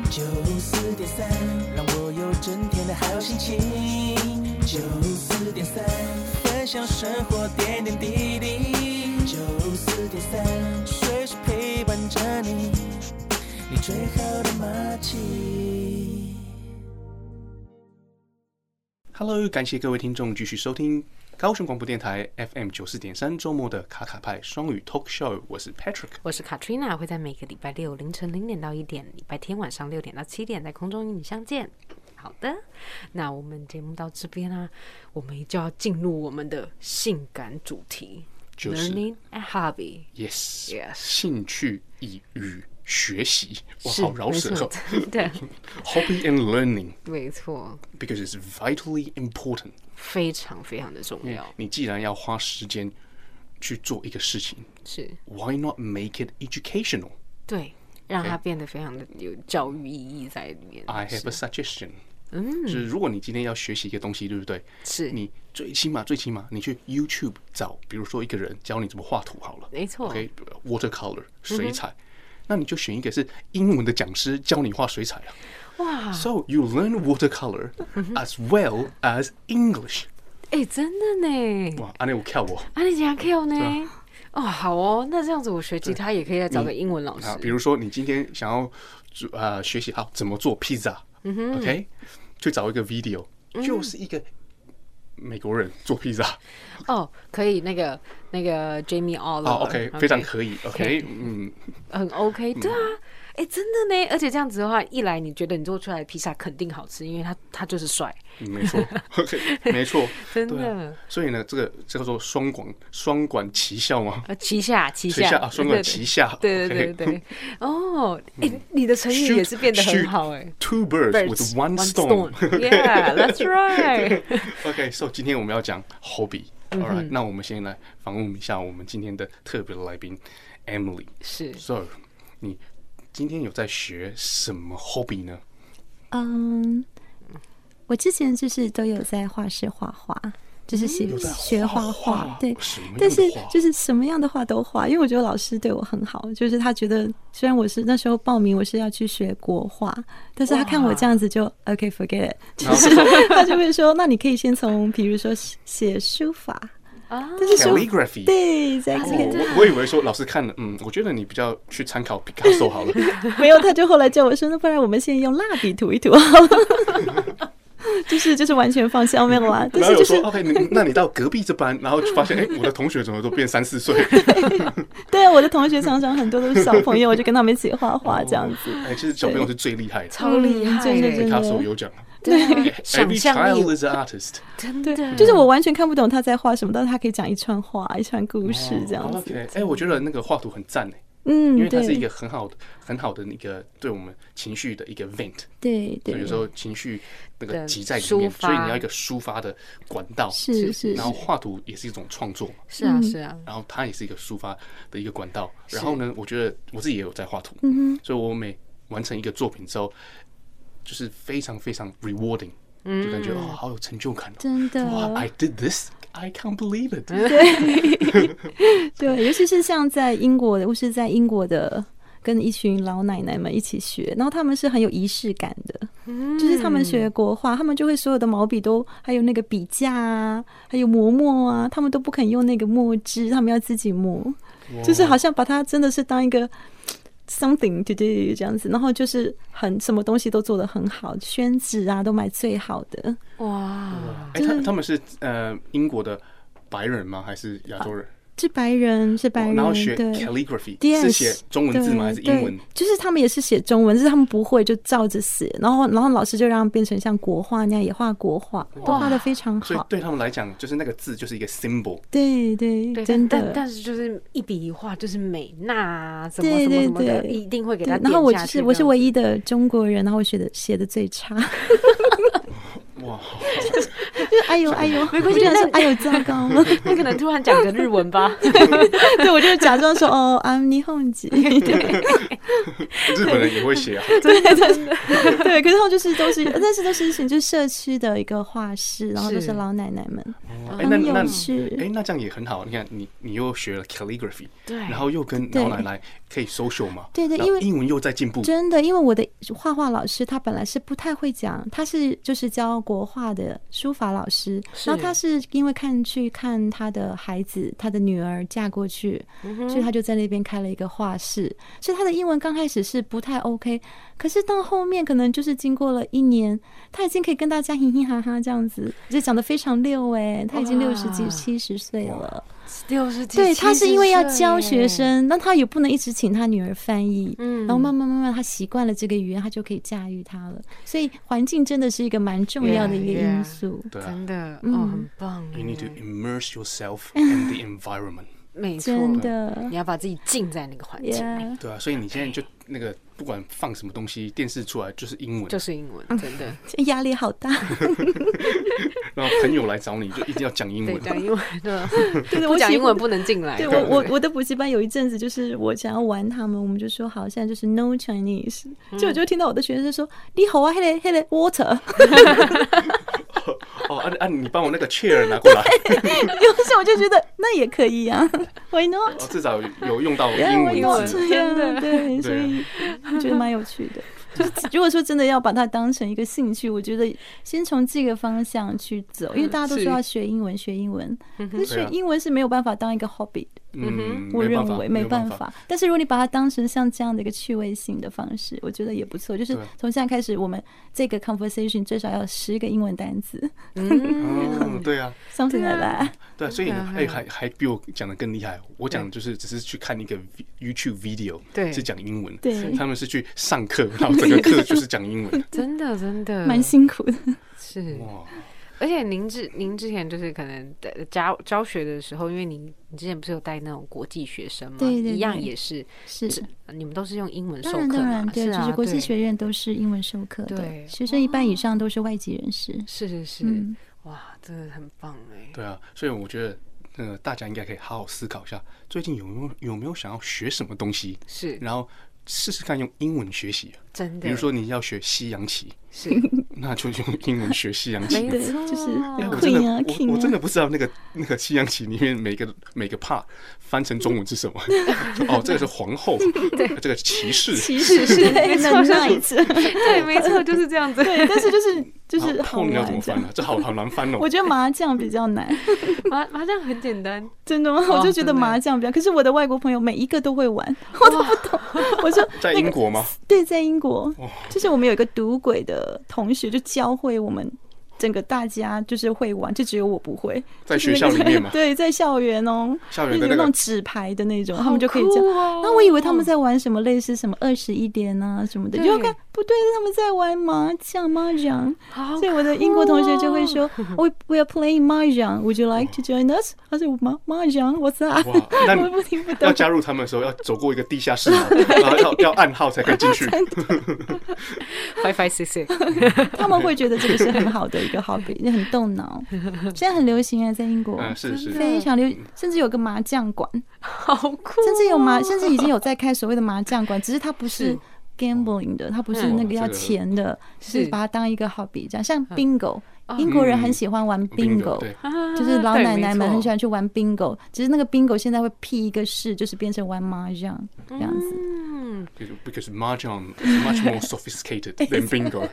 Speaker 4: 九四点三，让我有整天的好心情。九四点三，分享生活点点滴滴。九四点三，随时陪伴着你，你最好的默契。
Speaker 2: Hello，感谢各位听众继续收听高雄广播电台 FM 九四点三周末的卡卡派双语 Talk Show，我是 Patrick。
Speaker 3: 我是 Katrina，会在每个礼拜六凌晨零点到一点，礼拜天晚上六点到七点在空中与你相见。好的，那我们节目到这边啊，我们就要进入我们的性感主题、
Speaker 2: 就是
Speaker 3: learning and hobby。
Speaker 2: Yes，,
Speaker 3: Yes
Speaker 2: 兴趣与与学习，哇，
Speaker 3: 是
Speaker 2: 好饶舌哦。
Speaker 3: 没错 对，
Speaker 2: Hobby and learning
Speaker 3: 没错，
Speaker 2: because it's vitally important。
Speaker 3: 非常非常的重要。
Speaker 2: 你既然要花时间去做一个事情
Speaker 3: 是
Speaker 2: ，Why not make it educational？
Speaker 3: 对，让它变得非常的有教育意义在里面。
Speaker 2: I have a suggestion。嗯，就是如果你今天要学习一个东西，对不对？
Speaker 3: 是
Speaker 2: 你最起码最起码，你去 YouTube 找，比如说一个人教你怎么画图好了。
Speaker 3: 没错嗯
Speaker 2: OK，watercolor 水彩，那你就选一个是英文的讲师教你画水彩啊。
Speaker 3: 哇，
Speaker 2: So you learn watercolor
Speaker 3: 嗯
Speaker 2: as well as English。
Speaker 3: 哎、真的呢，
Speaker 2: 哇，阿内我看我
Speaker 3: 啊，你讲 Q 呢？
Speaker 2: 啊
Speaker 3: 哦，好哦，那这样子我学吉他也可以再找个英文老
Speaker 2: 啊，比
Speaker 3: 师。
Speaker 2: 如说你今天想要做呃学习好怎么做披萨、o
Speaker 3: 嗯
Speaker 2: k 去找一个 video，、就是一个美国人做披萨。
Speaker 3: 哦，可以，那个那个 Jamie Oliver，
Speaker 2: 哦、o k 非常可以，OK，嗯，
Speaker 3: 很 OK，对啊，哎、真的呢，而且这样子的话，一来你觉得你做出来的披萨肯定好吃，因为它它就是帅，
Speaker 2: 没错，OK，没错，
Speaker 3: 真
Speaker 2: 对啊
Speaker 3: 的。
Speaker 2: 所以呢，这个这个叫做双管双管齐下吗？
Speaker 3: 呃，旗下，旗
Speaker 2: 旗下啊，双管齐下，
Speaker 3: 对对
Speaker 2: OK 嗯
Speaker 3: 对对对，哦，哎，你的成语也是变得很
Speaker 2: Shoot-
Speaker 3: 好哎
Speaker 2: shoot。Two birds with one stone。
Speaker 3: Yeah, that's right.
Speaker 2: OK，so、今天我们要讲 hobby。All right，、那我们先来访问一下我们今天的特别来宾 Emily。
Speaker 3: 是
Speaker 2: So，你今天有在学什么 hobby 呢？
Speaker 5: 嗯，我之前就是都有在画室画画，就是学
Speaker 2: 有在
Speaker 5: 学
Speaker 2: 画
Speaker 5: 画
Speaker 2: 画，
Speaker 5: 对
Speaker 2: 什么样的，
Speaker 5: 但是
Speaker 2: 画
Speaker 5: 就是什么样的画都画，因为我觉得老师对我很好，就是他觉得虽然我是那时候报名我是要去学国画，但是他看我这样子就 OK forget，it，就是
Speaker 2: 哦
Speaker 5: 他就会说，那你可以先从比如说写写书法，
Speaker 3: 啊，
Speaker 5: 但是书
Speaker 2: Calligraphy。
Speaker 5: 对
Speaker 2: 哦
Speaker 5: exactly，
Speaker 2: 我我以为说老师看了，嗯，我觉得你比较去参考 Picasso 好 了。
Speaker 5: 没有，他就后来叫我说，那不然我们先用蜡笔涂一涂好了。 就是就是完全放下没有啦，但
Speaker 2: 然后有
Speaker 5: 是就
Speaker 2: 说
Speaker 5: 是
Speaker 2: OK，你那你到隔壁这班，然后就发现哎、我的同学怎么都变三四岁？
Speaker 5: 对啊，我的同学常常很多都是小朋友，我就跟他们一起画画这样子。
Speaker 2: 哎，其实小朋友是最厉害的。
Speaker 3: 超厉害
Speaker 5: 真的
Speaker 3: 欸
Speaker 5: 真的
Speaker 2: Picasso 有 讲
Speaker 3: 对啊，想
Speaker 2: ，Every
Speaker 3: 象
Speaker 2: child
Speaker 3: 力
Speaker 2: is an artist。
Speaker 3: 真的
Speaker 5: 就是我完全看不懂他在画什么，但是他可以讲一串话、一串故事这样子。
Speaker 2: OK，哎，我觉得那个画图很赞哎，因
Speaker 5: 嗯，
Speaker 2: 为它是一
Speaker 5: 对
Speaker 2: 个很好的、很好的那个对我们情绪的一个 vent。
Speaker 5: 对
Speaker 2: 有
Speaker 5: 对，
Speaker 2: 时候情绪那个
Speaker 3: 的
Speaker 2: 集在里面，
Speaker 3: 抒发
Speaker 2: 所以你要一个抒发的管道。
Speaker 5: 是是
Speaker 2: 然后画图也是一种创作嘛，
Speaker 3: 是
Speaker 5: 嗯
Speaker 3: 啊是啊，
Speaker 2: 然后它也是一个抒发的一个管道。然后呢，我觉得我自己也有在画图，
Speaker 5: 嗯
Speaker 2: 所以我每完成一个作品之后，就是非常非常 rewarding，就感觉哦，好有成就感哦。
Speaker 5: 嗯真
Speaker 2: 哇
Speaker 5: 的嗯
Speaker 2: ，I did this, I can't believe it。
Speaker 5: 对，尤其是像在英国的，或是在英国的。跟一群老奶奶们一起学，然后他们是很有仪式感的，
Speaker 2: 嗯
Speaker 5: 就是他们学国画，他们就会所有的毛笔都，还有那个笔架啊，还有磨墨啊，他们都不肯用那个墨汁，他们要自己磨。就是好像把它真的是当一个 something to do 这样子，然后就是很什么东西都做得很好，宣纸啊都买最好的，
Speaker 3: 哇，
Speaker 2: 哎，他他们是呃英国的白人吗？还是亚洲人？
Speaker 5: 是白人是白人，
Speaker 2: 然后学
Speaker 5: 对。
Speaker 2: calligraphy
Speaker 5: Yes，
Speaker 2: 是写中文字吗？还是英文
Speaker 5: 对？对就是他们也是写中文，就是他们不会就照着写，然后然后老师就让他变成像国画那样也画国画，都画的非常
Speaker 2: 所以
Speaker 5: 好。
Speaker 2: 对他们来讲，就是那个字就是一个 symbol。
Speaker 5: 对对
Speaker 3: 对，
Speaker 5: 真
Speaker 3: 但
Speaker 5: 的
Speaker 3: 但。但是就是一笔一画就是美那啊，什么
Speaker 5: 对
Speaker 3: 什么
Speaker 5: 对
Speaker 3: 什么的，
Speaker 5: 对
Speaker 3: 一定会给
Speaker 5: 对
Speaker 3: 他
Speaker 5: 然后我
Speaker 3: 点
Speaker 5: 就
Speaker 3: 下去
Speaker 5: 是
Speaker 3: 的。
Speaker 5: 我是唯一的 中国人，然后我写的写的最差，
Speaker 2: 哇，
Speaker 5: 哎呦哎呦，
Speaker 3: 没关系
Speaker 5: 我就想说
Speaker 3: 那
Speaker 5: 哎呦糟糕 了，
Speaker 3: 那可能突然讲个日文 吧。
Speaker 5: 对我就假装说哦，I'm 霓虹吉，对
Speaker 2: 日本人也会写啊，
Speaker 5: 对，可是他们就是都是，但是都是一群就是社区的一个画室，然后都
Speaker 3: 是
Speaker 5: 是老奶奶们，
Speaker 2: 哎，那
Speaker 5: 很有
Speaker 2: 那
Speaker 5: 趣
Speaker 2: 哎，那这样也很好。你看，你你又学了 calligraphy，
Speaker 3: 哎对
Speaker 2: 然后又跟
Speaker 5: 对
Speaker 2: 老奶奶可以 social 嘛，
Speaker 5: 对对
Speaker 2: 然后
Speaker 5: 因为
Speaker 2: 英文又在进步，
Speaker 5: 真的，因为我的画画老师他本来是不太会讲，他是就是教国画的书法老师，
Speaker 3: 是
Speaker 5: 然后他是因为看去看他的孩子，他的女儿嫁过去，
Speaker 3: 嗯
Speaker 5: 所以他就在那边开了一个画室，所以他的英文刚开始是不太 OK，可是到后面可能就是经过了一年，他已经可以跟大家嘻嘻哈哈这样子，就讲的非常溜哎、他已经六十几
Speaker 3: 哇
Speaker 5: 七十岁了。
Speaker 3: 六十几，
Speaker 5: 对他是因为要教学
Speaker 3: 70耶，
Speaker 5: 生，那他也不能一直请他女儿翻译，
Speaker 3: 嗯
Speaker 5: 然后慢慢慢慢他习惯了这个语言，他就可以驾驭它了。所以环境真的是一个蛮重要的一个
Speaker 3: Yeah, yeah.
Speaker 5: 因素。
Speaker 2: 对啊
Speaker 3: 真的哦，
Speaker 5: 嗯
Speaker 3: 很棒耶。
Speaker 2: ，you need to immerse yourself in the environment，
Speaker 3: 没错，
Speaker 5: 真的
Speaker 3: 你要把自己浸在那个环境里，
Speaker 5: ，Yeah，
Speaker 2: 对啊，所以你现在就那个不管放什么东西，电视出来就是英文，
Speaker 3: 就是英
Speaker 5: 嗯
Speaker 3: 文，真的，
Speaker 5: 压力好大。
Speaker 2: 然后朋友来找你就一定要讲英
Speaker 3: 对
Speaker 2: 文，
Speaker 3: 讲英文的，
Speaker 5: 对
Speaker 3: 不讲英文不
Speaker 5: 能。
Speaker 3: 能进来。
Speaker 5: 对我我我的补习班有一阵子，就是我想要玩他们，我们就说好，现在就是 no Chinese，就我就听到我的学生说，你好啊，黑嘞黑嘞 water，
Speaker 2: 哦，啊啊，你帮我那个 chair 拿过来，
Speaker 5: 有时候我就觉得那也可以啊，Why not？
Speaker 2: 哦，至少有有用到
Speaker 5: Yeah,
Speaker 2: 英
Speaker 5: why
Speaker 2: 文
Speaker 5: not？
Speaker 2: 字，
Speaker 5: 对呀
Speaker 3: 真的
Speaker 5: 对，所
Speaker 2: 对啊
Speaker 5: 以我觉得蛮有趣的。 就是如果说真的要把它当成一个兴趣，我觉得先从这个方向去走，因为大家都
Speaker 3: 是
Speaker 5: 说要学英文，学英文，可是
Speaker 2: 对
Speaker 5: 学
Speaker 2: 啊
Speaker 5: 英文是没有办法当一个 hobby，的
Speaker 2: 嗯，
Speaker 5: 我
Speaker 2: 没
Speaker 5: 认
Speaker 2: 办法
Speaker 5: 为
Speaker 2: 没
Speaker 5: 没
Speaker 2: 有
Speaker 5: 办
Speaker 2: 办
Speaker 5: 法。但是如果你把它当成像这样的一个趣味性的方式，我觉得也不错。就是
Speaker 2: 对
Speaker 5: 从现在开始，我们这个 conversation 最少要十个英文单词
Speaker 2: 嗯，对啊，
Speaker 5: ，something like that。
Speaker 2: 对啊，所以你
Speaker 3: 对啊
Speaker 2: 还还还比我讲的更厉害。我讲的就是只是去看一个 vi- YouTube video，
Speaker 3: 对
Speaker 2: 是讲英文，
Speaker 5: 对
Speaker 2: 他们是去上课，然后整个课就是讲英 文，
Speaker 3: 真的真
Speaker 2: 嗯
Speaker 3: 的
Speaker 5: 蛮辛苦的，
Speaker 3: 是，
Speaker 2: 哇，
Speaker 3: 而且您之您之前就是可能在教教学的时候，因为您你之前不是有带那种国际学生嘛，
Speaker 5: 对对
Speaker 3: 一样
Speaker 5: 对
Speaker 3: 也是，
Speaker 5: 是。
Speaker 3: 你们都是用英文授
Speaker 5: 当然，
Speaker 3: 课
Speaker 5: 当
Speaker 3: 嘛
Speaker 5: 然，，对，
Speaker 3: 是啊，
Speaker 5: 就是国际
Speaker 3: 对
Speaker 5: 学院都是英文授课的
Speaker 3: 对，哦
Speaker 5: 学生一半以上都是外籍人士。
Speaker 3: 是是是，
Speaker 5: 嗯
Speaker 3: 哇，真的很棒哎，
Speaker 2: 对啊，所以我觉得。呃，大家应该可以好好思考一下，最近有没有有没有想要学什么东西，
Speaker 3: 是
Speaker 2: 然后试试看用英文学习。啊
Speaker 3: 真的，
Speaker 2: 比如说你要学西洋棋，
Speaker 3: 是
Speaker 2: 那就用英文学西洋棋。
Speaker 3: 没
Speaker 5: 对，
Speaker 3: 错，
Speaker 5: 就是
Speaker 2: 哎我
Speaker 5: Queen
Speaker 2: 真的
Speaker 5: 啊
Speaker 2: 我
Speaker 5: King 啊
Speaker 2: 我真的不知道那个那个西洋棋里面每个每个 part 翻成中文是 什么。哦，这个是皇后，这个骑士，
Speaker 5: 歧视是那个 night，
Speaker 3: 对，没错，就是这样子，
Speaker 5: 对，但是
Speaker 3: 哦
Speaker 5: 就是就
Speaker 2: 然后
Speaker 5: 是好
Speaker 2: 后面要怎么
Speaker 5: 玩这
Speaker 2: 翻啊
Speaker 5: 样。？
Speaker 2: 这好好难翻哦
Speaker 5: 我。觉得麻将比 较难，
Speaker 3: 麻麻将很简单，
Speaker 5: 真的吗？我就觉
Speaker 3: 哦真的
Speaker 5: 得麻将比较，可是我的外国朋友每一个都会玩，我都不懂。我说
Speaker 2: 在
Speaker 5: 那
Speaker 2: 英
Speaker 5: 个
Speaker 2: 国吗？
Speaker 5: 对，在英国
Speaker 2: 哦，
Speaker 5: 就是我们有一个赌鬼的同学，就教会我们整个大家就是会玩，就只有我不会。
Speaker 2: 在
Speaker 5: 就是
Speaker 2: 学校
Speaker 5: 那个
Speaker 2: 里面吗
Speaker 5: 对，在校园哦，
Speaker 2: 校园的
Speaker 5: 有
Speaker 2: 那
Speaker 5: 那
Speaker 2: 个
Speaker 5: 种纸牌的那种，
Speaker 3: 好
Speaker 5: 他们就可以讲。
Speaker 3: 酷哦
Speaker 5: 然后我以为他们在玩什么类似什么二十一点啊什么的，
Speaker 3: 对
Speaker 5: 就看不对，他们在玩麻将麻将。
Speaker 3: 好
Speaker 5: 所以我的英国同学就会说，We
Speaker 2: 哦
Speaker 5: we are playing mahjong. Would you like to join us？他说麻麻将，What's that？
Speaker 2: 哇，那你
Speaker 5: 我不听不
Speaker 2: 要
Speaker 5: 懂。
Speaker 2: 加入他们的时候要走过一个地下室 吗，然后要要暗号才可以进去。
Speaker 3: ，five five six six，
Speaker 5: 他们会觉得这个是很好的一个 hobby，那很动脑。现在很流行啊，在英国。
Speaker 2: 嗯，是是，
Speaker 5: 非常流，甚至有个麻将馆，
Speaker 3: 好 酷，
Speaker 5: 甚至有麻，甚至已经有在开所谓的麻将馆，只是它不是
Speaker 3: 是
Speaker 5: gambling 的，它不是那个要钱的，
Speaker 3: 这个
Speaker 5: 是把它当一个 hobby 这样。像 bingo，英国人很喜欢玩
Speaker 2: 嗯 bingo，
Speaker 5: 嗯 bingo，啊
Speaker 2: 对
Speaker 5: 就是老奶奶们很喜
Speaker 3: 欢，
Speaker 5: 欢去玩 bingo，只是那个 bingo 现在会 P 一个市，就是变成玩麻将这样子。
Speaker 3: 嗯，
Speaker 2: ，because- because mahjong is much more sophisticated than bingo。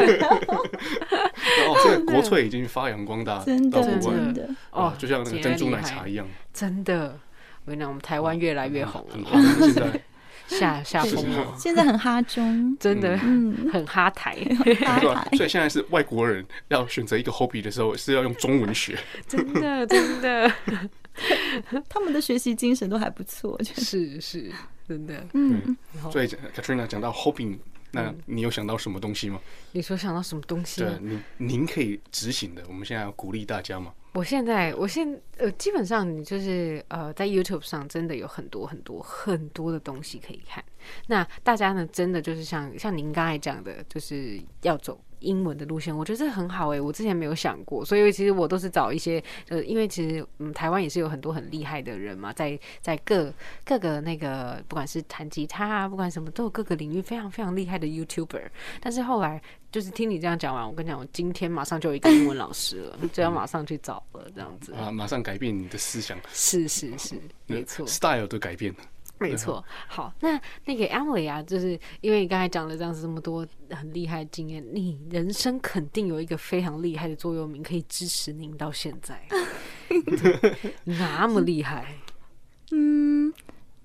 Speaker 2: 哦，这个国粹已经发扬光大，
Speaker 5: 真
Speaker 2: 到
Speaker 5: 的
Speaker 2: 国外
Speaker 5: 真
Speaker 2: 了
Speaker 5: 的，
Speaker 3: 哦
Speaker 2: 啊就像那个珍珠奶 茶一
Speaker 3: 样，
Speaker 2: 样，
Speaker 3: 真的。我跟你讲，我们台湾越来越红
Speaker 2: 很
Speaker 3: 了，
Speaker 2: 好。现在
Speaker 3: 吓吓疯我，，
Speaker 5: 现在很哈中
Speaker 3: 真的很哈台，
Speaker 5: 哈
Speaker 2: 对吧
Speaker 5: 台？。
Speaker 2: 所以现在是外国人要选择一个 hobby 的时候，是要用中文学。
Speaker 3: 真的真的
Speaker 5: 他们的学习精神都还不 错，我觉 得。
Speaker 3: 是是，真的。
Speaker 5: 嗯，
Speaker 2: 所以 Katrina 讲到 hobby，那
Speaker 3: 嗯
Speaker 2: 你有想到什么东西吗？
Speaker 3: 你说想到什么东西
Speaker 2: 对
Speaker 3: 吗
Speaker 2: 啊，？您您可以执行的，我们现在要鼓励大家嘛。
Speaker 3: 我现在，我现呃，基本上你就是呃，在 YouTube 上真的有很多很多很多的东西可以看。那大家呢，真的就是像像您刚才讲的，就是要走英文的路线，我觉得这很好诶、我之前没有想过，所以其实我都是找一些呃，因为其实嗯，台湾也是有很多很厉害的人嘛，在在各各个那个不管是弹吉他啊，不管什么，都有各个领域非常非常厉害的 YouTuber，但是后来。就是听你这样讲完，我跟你讲，我今天马上就有一个英文老师了，就要马上去找了，这样子。
Speaker 2: 啊，马上改变你的思想，
Speaker 3: 是是是，没错。
Speaker 2: ，style 的改变，
Speaker 3: 没错，好，那那个安伟啊，就是因为你刚才讲了这样子这么多很厉害的经验，你人生肯定有一个非常厉害的座右铭可以支持您到现在， 那么厉害，
Speaker 5: 嗯，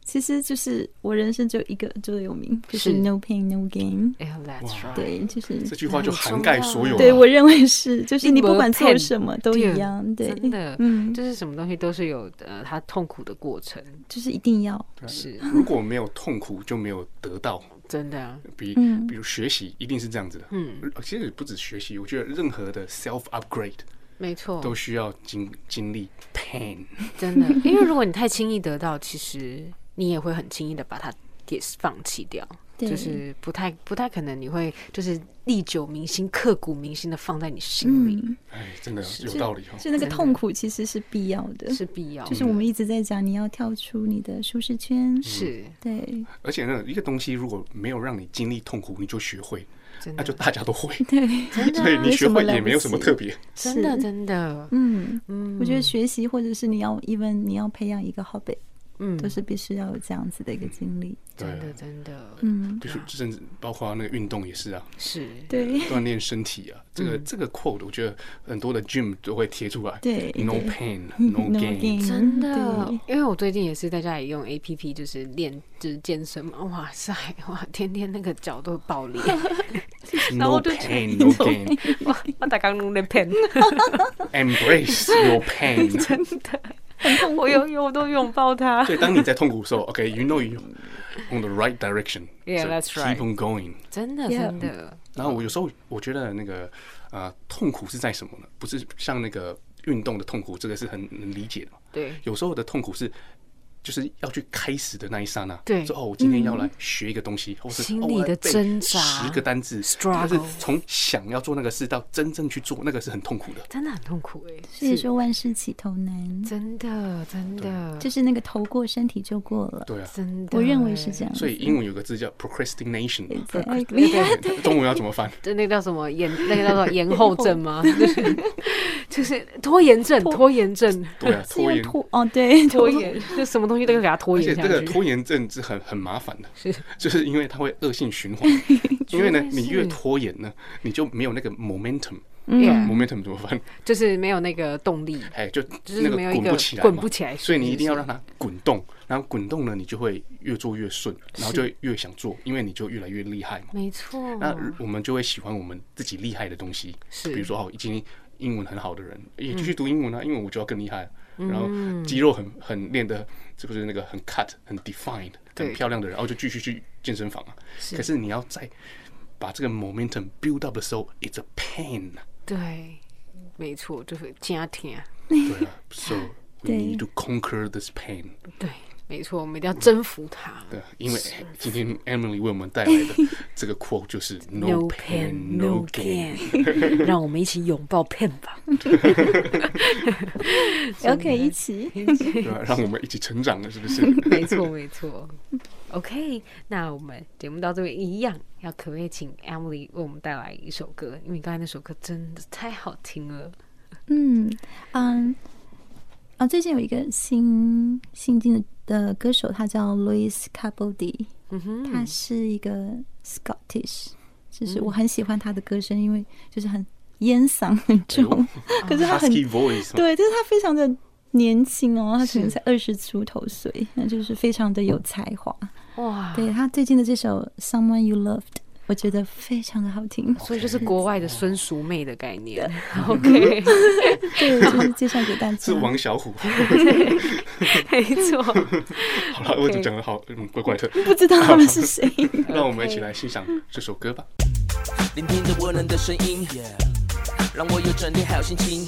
Speaker 5: 其实就是我人生只有一个座右铭，就是
Speaker 3: 是
Speaker 5: No pain no gain。
Speaker 3: 哎呀，That's
Speaker 2: 哇
Speaker 3: right，
Speaker 5: 对，就是
Speaker 2: 这句话就涵盖
Speaker 3: 啊
Speaker 2: 所有啊
Speaker 5: 对
Speaker 2: 了。
Speaker 5: 我认为是，就是
Speaker 3: 你
Speaker 5: 你
Speaker 3: 没
Speaker 5: 不管做
Speaker 3: pain，
Speaker 5: 什么都
Speaker 3: 对
Speaker 5: 一样。对，
Speaker 3: 真的，
Speaker 5: 嗯，
Speaker 3: 就是什么东西都是有呃它痛苦的过程，
Speaker 5: 就是一定要。
Speaker 3: 是
Speaker 2: 如果没有痛苦，就没有得到。
Speaker 3: 真的啊，
Speaker 2: 比
Speaker 5: 嗯
Speaker 2: 比如学习，一定是这样子的。
Speaker 3: 嗯，
Speaker 2: 其实不止学习，我觉得任何的 self upgrade
Speaker 3: 没错，
Speaker 2: 都需要经经历 pain。
Speaker 3: 真的，因为如果 你太轻易得到，其实你也会很轻易的把它给放弃掉。
Speaker 5: 对
Speaker 3: 就是不太不太可能，你会就是历久弥新、刻骨铭心的放在你心里、
Speaker 5: 嗯，
Speaker 2: 哎，真的有道理哦。
Speaker 5: 就那个
Speaker 3: 真的
Speaker 5: 痛苦其实是必要的，
Speaker 3: 是必要的，
Speaker 5: 嗯就是我们一直在讲，你要跳出你的舒适圈。
Speaker 3: 是
Speaker 5: 对
Speaker 2: 而且呢，一个东西如果没有让你经历痛苦，你就学会，
Speaker 3: 真
Speaker 2: 那
Speaker 3: 的
Speaker 2: 就大家都会，
Speaker 5: 对，
Speaker 3: 啊
Speaker 2: 所以你学会也没有什么
Speaker 5: 了不起
Speaker 2: 特别。
Speaker 3: 真的
Speaker 5: 是
Speaker 3: 真的，
Speaker 5: 嗯，
Speaker 3: 嗯，
Speaker 5: 我觉得学习或者是你要 even 你要培养一个 hobby，
Speaker 3: 嗯
Speaker 5: 都是必须要有这样子的一个经历。
Speaker 3: 真的真的
Speaker 2: 啊
Speaker 5: 嗯，
Speaker 2: 就是甚至包括那个运动也是啊，
Speaker 3: 是
Speaker 5: 对
Speaker 2: 锻炼身体啊，这个这个 quote 我觉得很多的 gym 都会贴出来。
Speaker 5: 对
Speaker 2: No
Speaker 5: 对
Speaker 2: pain, no gain。
Speaker 5: gain，
Speaker 3: 真的
Speaker 5: 对，
Speaker 3: 因为我最近也是在家里用 A P P，就是练就是健身嘛，哇塞哇，天天那个脚都爆 裂，然
Speaker 2: No
Speaker 3: 后我就
Speaker 2: pain, no gain.
Speaker 3: 哇，我打刚弄的 pen。
Speaker 2: Embrace your pain。
Speaker 3: 哎我有有我都拥抱它
Speaker 2: 所。以当你在痛苦的时候，OK，you know you on the right direction。
Speaker 3: Yeah,
Speaker 2: So
Speaker 3: that's right.
Speaker 2: Keep on going.
Speaker 3: 真的
Speaker 5: Yeah
Speaker 3: 真的，
Speaker 2: 然后我有时候我觉得那个呃痛苦是在什么呢？不是像那个运动的痛苦，这个是很能理解的嘛。
Speaker 3: 对，
Speaker 2: 有时候的痛苦是。就是要去开始的那一刹那，
Speaker 3: 对嗯
Speaker 2: 说哦，我今天要来学一个东西，或是
Speaker 3: 心
Speaker 2: 哦
Speaker 3: 里
Speaker 2: 我来
Speaker 3: 的
Speaker 2: 背
Speaker 3: 挣扎
Speaker 2: 十个单字，
Speaker 3: struggle
Speaker 2: 就是从想要做那个事到真正去做，那个是很痛苦的。
Speaker 3: 真的很痛苦哎、
Speaker 5: 所以说万事起头难，
Speaker 3: 真的真的
Speaker 5: 就是那个头过身体就过了。
Speaker 2: 对啊，
Speaker 3: 真的，
Speaker 5: 我认为是这。样子。
Speaker 2: 所以英文有个字叫 procrastination，
Speaker 5: Exactly
Speaker 2: 对 中文要怎么翻？
Speaker 3: 就那个叫什么延，那个叫做延后症吗？就是 就是拖延症，拖延症，
Speaker 2: 对 啊，
Speaker 5: 是
Speaker 2: 拖
Speaker 5: 用
Speaker 2: 延。
Speaker 5: 拖哦，对，
Speaker 3: 拖延，就什么东西都给它拖
Speaker 2: 而且
Speaker 3: 延下
Speaker 2: 这个
Speaker 3: 去。
Speaker 2: 拖延症是很很麻烦的，
Speaker 3: 是
Speaker 2: 就是因为它会恶性循 环。因为呢，你越拖延呢，你就没有那个 momentum。
Speaker 3: Yeah，
Speaker 2: momentum 怎么翻？
Speaker 3: 嗯就是没有那个动力，
Speaker 2: 哎，就
Speaker 3: 就是
Speaker 2: 那
Speaker 3: 没有一
Speaker 2: 滚
Speaker 3: 个
Speaker 2: 不起来嘛，
Speaker 3: 滚不起来
Speaker 2: 所以你一定要
Speaker 3: 是
Speaker 2: 让它滚动，然后滚动呢，你就会越做越顺，然后就会越想做，因为你就越来越厉害嘛。
Speaker 3: 没错。
Speaker 2: 那
Speaker 3: 哦
Speaker 2: 我们就会喜欢我们自己厉害的东西，
Speaker 3: 是
Speaker 2: 比如说哦，已经英文很好的人，也继续读英文啊，英文我就要更厉害。然后肌肉很很练的，是不是那个很 cut 很 defined
Speaker 3: 对
Speaker 2: 很漂亮的人，然后就继续去健身房啊。可是你要再把这个 momentum build up 的时候，it's a pain 啊。
Speaker 3: 对，没错，就是家庭。
Speaker 2: 对啊，so we
Speaker 5: 对
Speaker 2: need to conquer this pain。
Speaker 3: 对，没错，我们一定要征服它。
Speaker 2: 对啊，因为今天 Emily 为我们带来 的这个 quote 就是 No pain, no gain。
Speaker 3: gain，让 我们一起拥抱 pain 吧。
Speaker 5: OK，一起。
Speaker 2: 对啊，让我们一起成长了，是不 是？
Speaker 3: 没错，没错。OK，那我们节目到这边一样，要可不可以请 Emily 为我们带来一首歌？因为刚才那首歌真的太好听了。
Speaker 5: 嗯嗯啊，最近有一个新新进的呃歌手，他叫 Louis Capaldi，
Speaker 3: 嗯哼，
Speaker 5: 他是一个 Scottish，就是我很喜欢他的歌声，因为就是很烟嗓很重， 可是他很
Speaker 2: 啊 Husky voice 嘛。
Speaker 5: 对，就是他非常的年轻哦，他可能才二十出头岁，那就是非常的有才华。
Speaker 3: 哇，
Speaker 5: 对他最近的这首《Someone You Loved》，我觉得非常的好听，
Speaker 3: 所以就是国外的孙淑妹的概念。OK，
Speaker 5: 对，就是介绍给大家。
Speaker 2: 是王小 虎，
Speaker 3: 没错。
Speaker 2: 好了，我已经讲的好，嗯，怪 怪的，
Speaker 5: 不知道他们是谁。
Speaker 2: 让我们一起来欣赏这首歌吧。
Speaker 4: 聆听着温暖的声音，让我有整天好心情。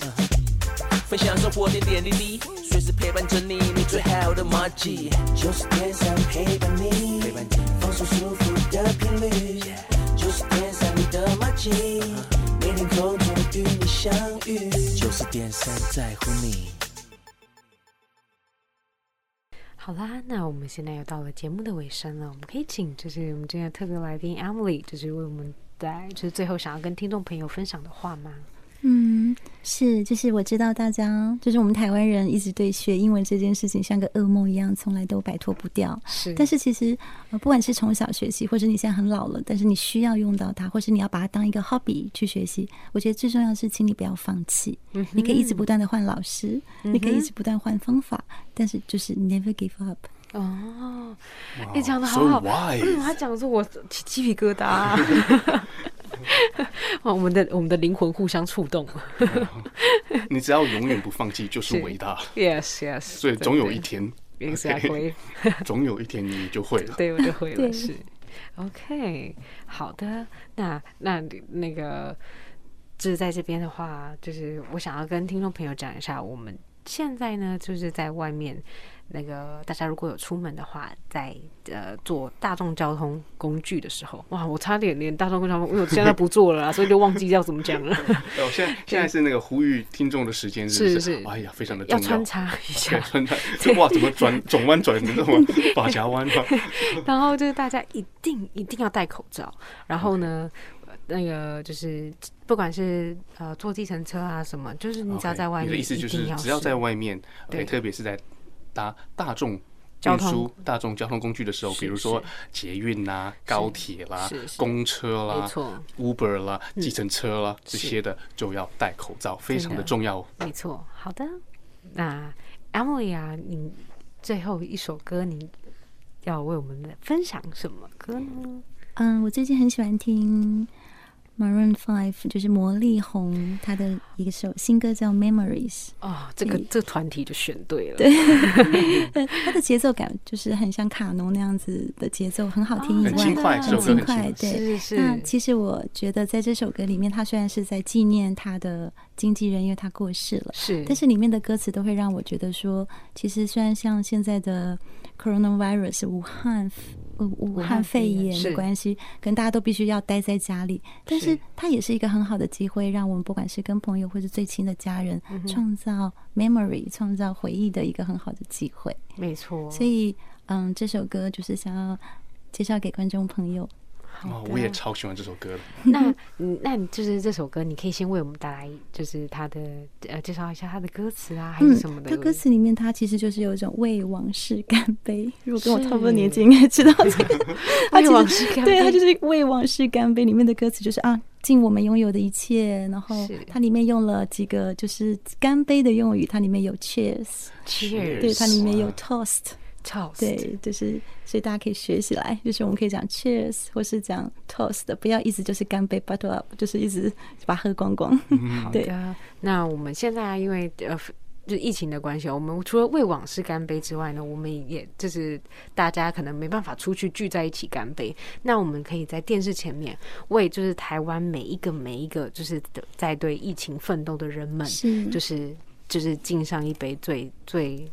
Speaker 4: 分享生活点点滴滴，随时陪伴着你，你最好的马吉。就是天上陪伴你，放松舒服的频率，就是天上你的马吉。相遇。九四 Uh-huh 点三在乎你。
Speaker 3: 好啦，那我们现在又到了节目的尾声了，我们可以请就是我们今天的特别来宾 Emily，就是为我们来就是最后想要跟听众朋友分享的话吗？
Speaker 5: 嗯，是，就是我知道大家，就是我们台湾人一直对学英文这件事情像个噩梦一样，从来都摆脱不掉。
Speaker 3: 是
Speaker 5: 但是其实，呃，不管是从小学习，或者你现在很老了，但是你需要用到它，或是你要把它当一个 hobby 去学习，我觉得最重要的是，请你不要放弃。你可以一直不断的换老师，你可以一直不断换方法，但是就是 never give up。
Speaker 3: 哦，
Speaker 2: 哇
Speaker 3: 你讲的好
Speaker 2: so
Speaker 3: 好，
Speaker 2: wise
Speaker 3: 嗯，他讲的说我起鸡 皮疙瘩、哇，我们的我们的灵魂互相触动了
Speaker 2: 你只要永远不放弃，就是伟大。
Speaker 3: ，yes yes，所
Speaker 2: 所以总有一天，
Speaker 3: ，exactly，
Speaker 2: 总有一天你就会了。
Speaker 3: 对，我就会了，
Speaker 5: 对
Speaker 3: 是，OK，好的，那那那个就是在这边的话，就是我想要跟听众朋友讲一下，我们现在呢就是在外面。那个大家如果有出门的话，在呃坐大众交通工具的时候，哇，我差点连大众交通，因为我现在不坐了啦，所以就忘记要怎么讲了，
Speaker 2: 哦，现在现在是那个呼吁听众的时间，是不
Speaker 3: 是
Speaker 2: 是
Speaker 3: 是？
Speaker 2: 哎呀，非常的
Speaker 3: 要
Speaker 2: 重
Speaker 3: 穿插一
Speaker 2: 对
Speaker 3: 下。
Speaker 2: 穿插， 哇，怎么 转转弯转成这么法夹弯啊？
Speaker 3: 然后就是大家一定一定要戴口罩。然后呢呃那个就是不管是呃坐计程车啊什么，就是你只要
Speaker 2: OK，
Speaker 3: 在外面，
Speaker 2: 你的意思就是
Speaker 3: 一定
Speaker 2: 只要
Speaker 3: 是
Speaker 2: 在外面，
Speaker 3: 对
Speaker 2: 对，特别是在搭大众。
Speaker 3: 交
Speaker 2: 运
Speaker 3: 通
Speaker 2: 输大众交通工具的时候，
Speaker 3: 是
Speaker 2: 比如说
Speaker 3: 是
Speaker 2: 捷运啦、高铁啦
Speaker 3: 是、是
Speaker 2: 公车啦、
Speaker 3: 没错
Speaker 2: Uber 啦、计程车啦这
Speaker 3: 是
Speaker 2: 些的，就要戴口罩，非常
Speaker 3: 真的
Speaker 2: 的重要哦。
Speaker 3: 没错。好的，那 Emily 啊，你最后一首歌你要为我们分享什么歌呢？
Speaker 5: 嗯，我最近很喜欢听 Maroon Five，就是魔力红，他的一个首新歌叫 Memories。
Speaker 3: 哦，这个
Speaker 5: 你
Speaker 3: 这个团体就选对了，
Speaker 5: 它的节奏感就是很像卡农那样子的节奏，很好听以
Speaker 2: 哦很
Speaker 5: 外，
Speaker 2: 轻快，这首
Speaker 5: 很
Speaker 2: 歌很轻
Speaker 5: 轻
Speaker 2: 快
Speaker 5: 快，。对。
Speaker 3: 是是
Speaker 5: 那其实我觉得，在这首歌里面，他虽然是在纪念他的经纪人，因为他过世了，
Speaker 3: 是，
Speaker 5: 但是里面的歌词都会让我觉得说，其实虽然像现在的 coronavirus 武汉武武
Speaker 3: 汉
Speaker 5: 汉
Speaker 3: 肺
Speaker 5: 肺
Speaker 3: 炎
Speaker 5: 炎
Speaker 3: 是
Speaker 5: 的关系，跟大家都必须要待在家里，但
Speaker 3: 是
Speaker 5: 是它也是一个很好的机会，让我们不管是跟朋友或是最亲的家人，
Speaker 3: 嗯
Speaker 5: 创造 memory，创造回忆的一个很好的机会。
Speaker 3: 没错，
Speaker 5: 所以，嗯，这首歌就是想要介绍给观众朋友。
Speaker 2: 哦，我也超喜欢这首歌的。
Speaker 5: 嗯
Speaker 3: 那你那你就是这首歌，你可以先为我们带来，就是它的呃，介绍一下它的歌词啊，还是什么的。
Speaker 5: 嗯它歌词里面，它其实就是有一种为往事干杯。
Speaker 7: 如果跟我
Speaker 3: 是
Speaker 7: 差不多年纪，应该知道这个。它
Speaker 3: 为
Speaker 7: 其
Speaker 3: 往
Speaker 7: 实
Speaker 3: 事干
Speaker 7: 对，它
Speaker 3: 杯
Speaker 7: 就是
Speaker 5: 为往事干杯里面的歌词就是啊，敬我们拥有的一切。然后
Speaker 3: 是
Speaker 5: 它里面用了几个就是干杯的用语，它里面有 cheers，
Speaker 3: Cheers，
Speaker 5: 对，它里面有 toast，
Speaker 3: toast，
Speaker 5: 对，就是所以大家可以学起来，就是我们可以讲 cheers 或是讲 toast，不要一直就是干杯 bottle up，就是一直把它喝光光。
Speaker 2: 嗯
Speaker 5: 对
Speaker 3: 好的。嗯那我们现在因为呃。就疫情的关系，啊我们除了为往事干杯之外呢，我们也就是大家可能没办法出去聚在一起干杯，那我们可以在电视前面为就是台湾每一个每一个就是在对疫情奋斗的人们，
Speaker 5: 是
Speaker 3: 就是就是敬上一杯最最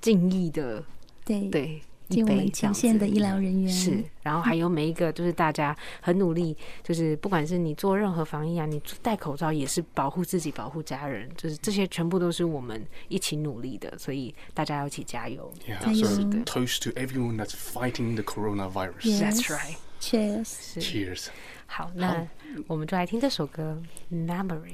Speaker 3: 敬意的
Speaker 5: 对，
Speaker 3: 对一
Speaker 5: 敬我
Speaker 3: 杯
Speaker 5: 们
Speaker 3: 这样
Speaker 5: 前
Speaker 3: 子
Speaker 5: 线的医疗人员
Speaker 3: 是，然后还有每一个就是大家很努力，就是不管是你做任何防疫啊，你戴口罩也是保护自己、保护家人，就是这些全部都是我们一起努力的，所以大家要一起加油。
Speaker 2: Yeah,
Speaker 5: 加油
Speaker 2: so toast to everyone that's fighting the coronavirus.
Speaker 5: Yeah.
Speaker 3: That's
Speaker 5: Yes
Speaker 3: right，
Speaker 5: cheers。
Speaker 3: 是
Speaker 2: Cheers.
Speaker 3: 好，那我们就来听这首歌《Memories》。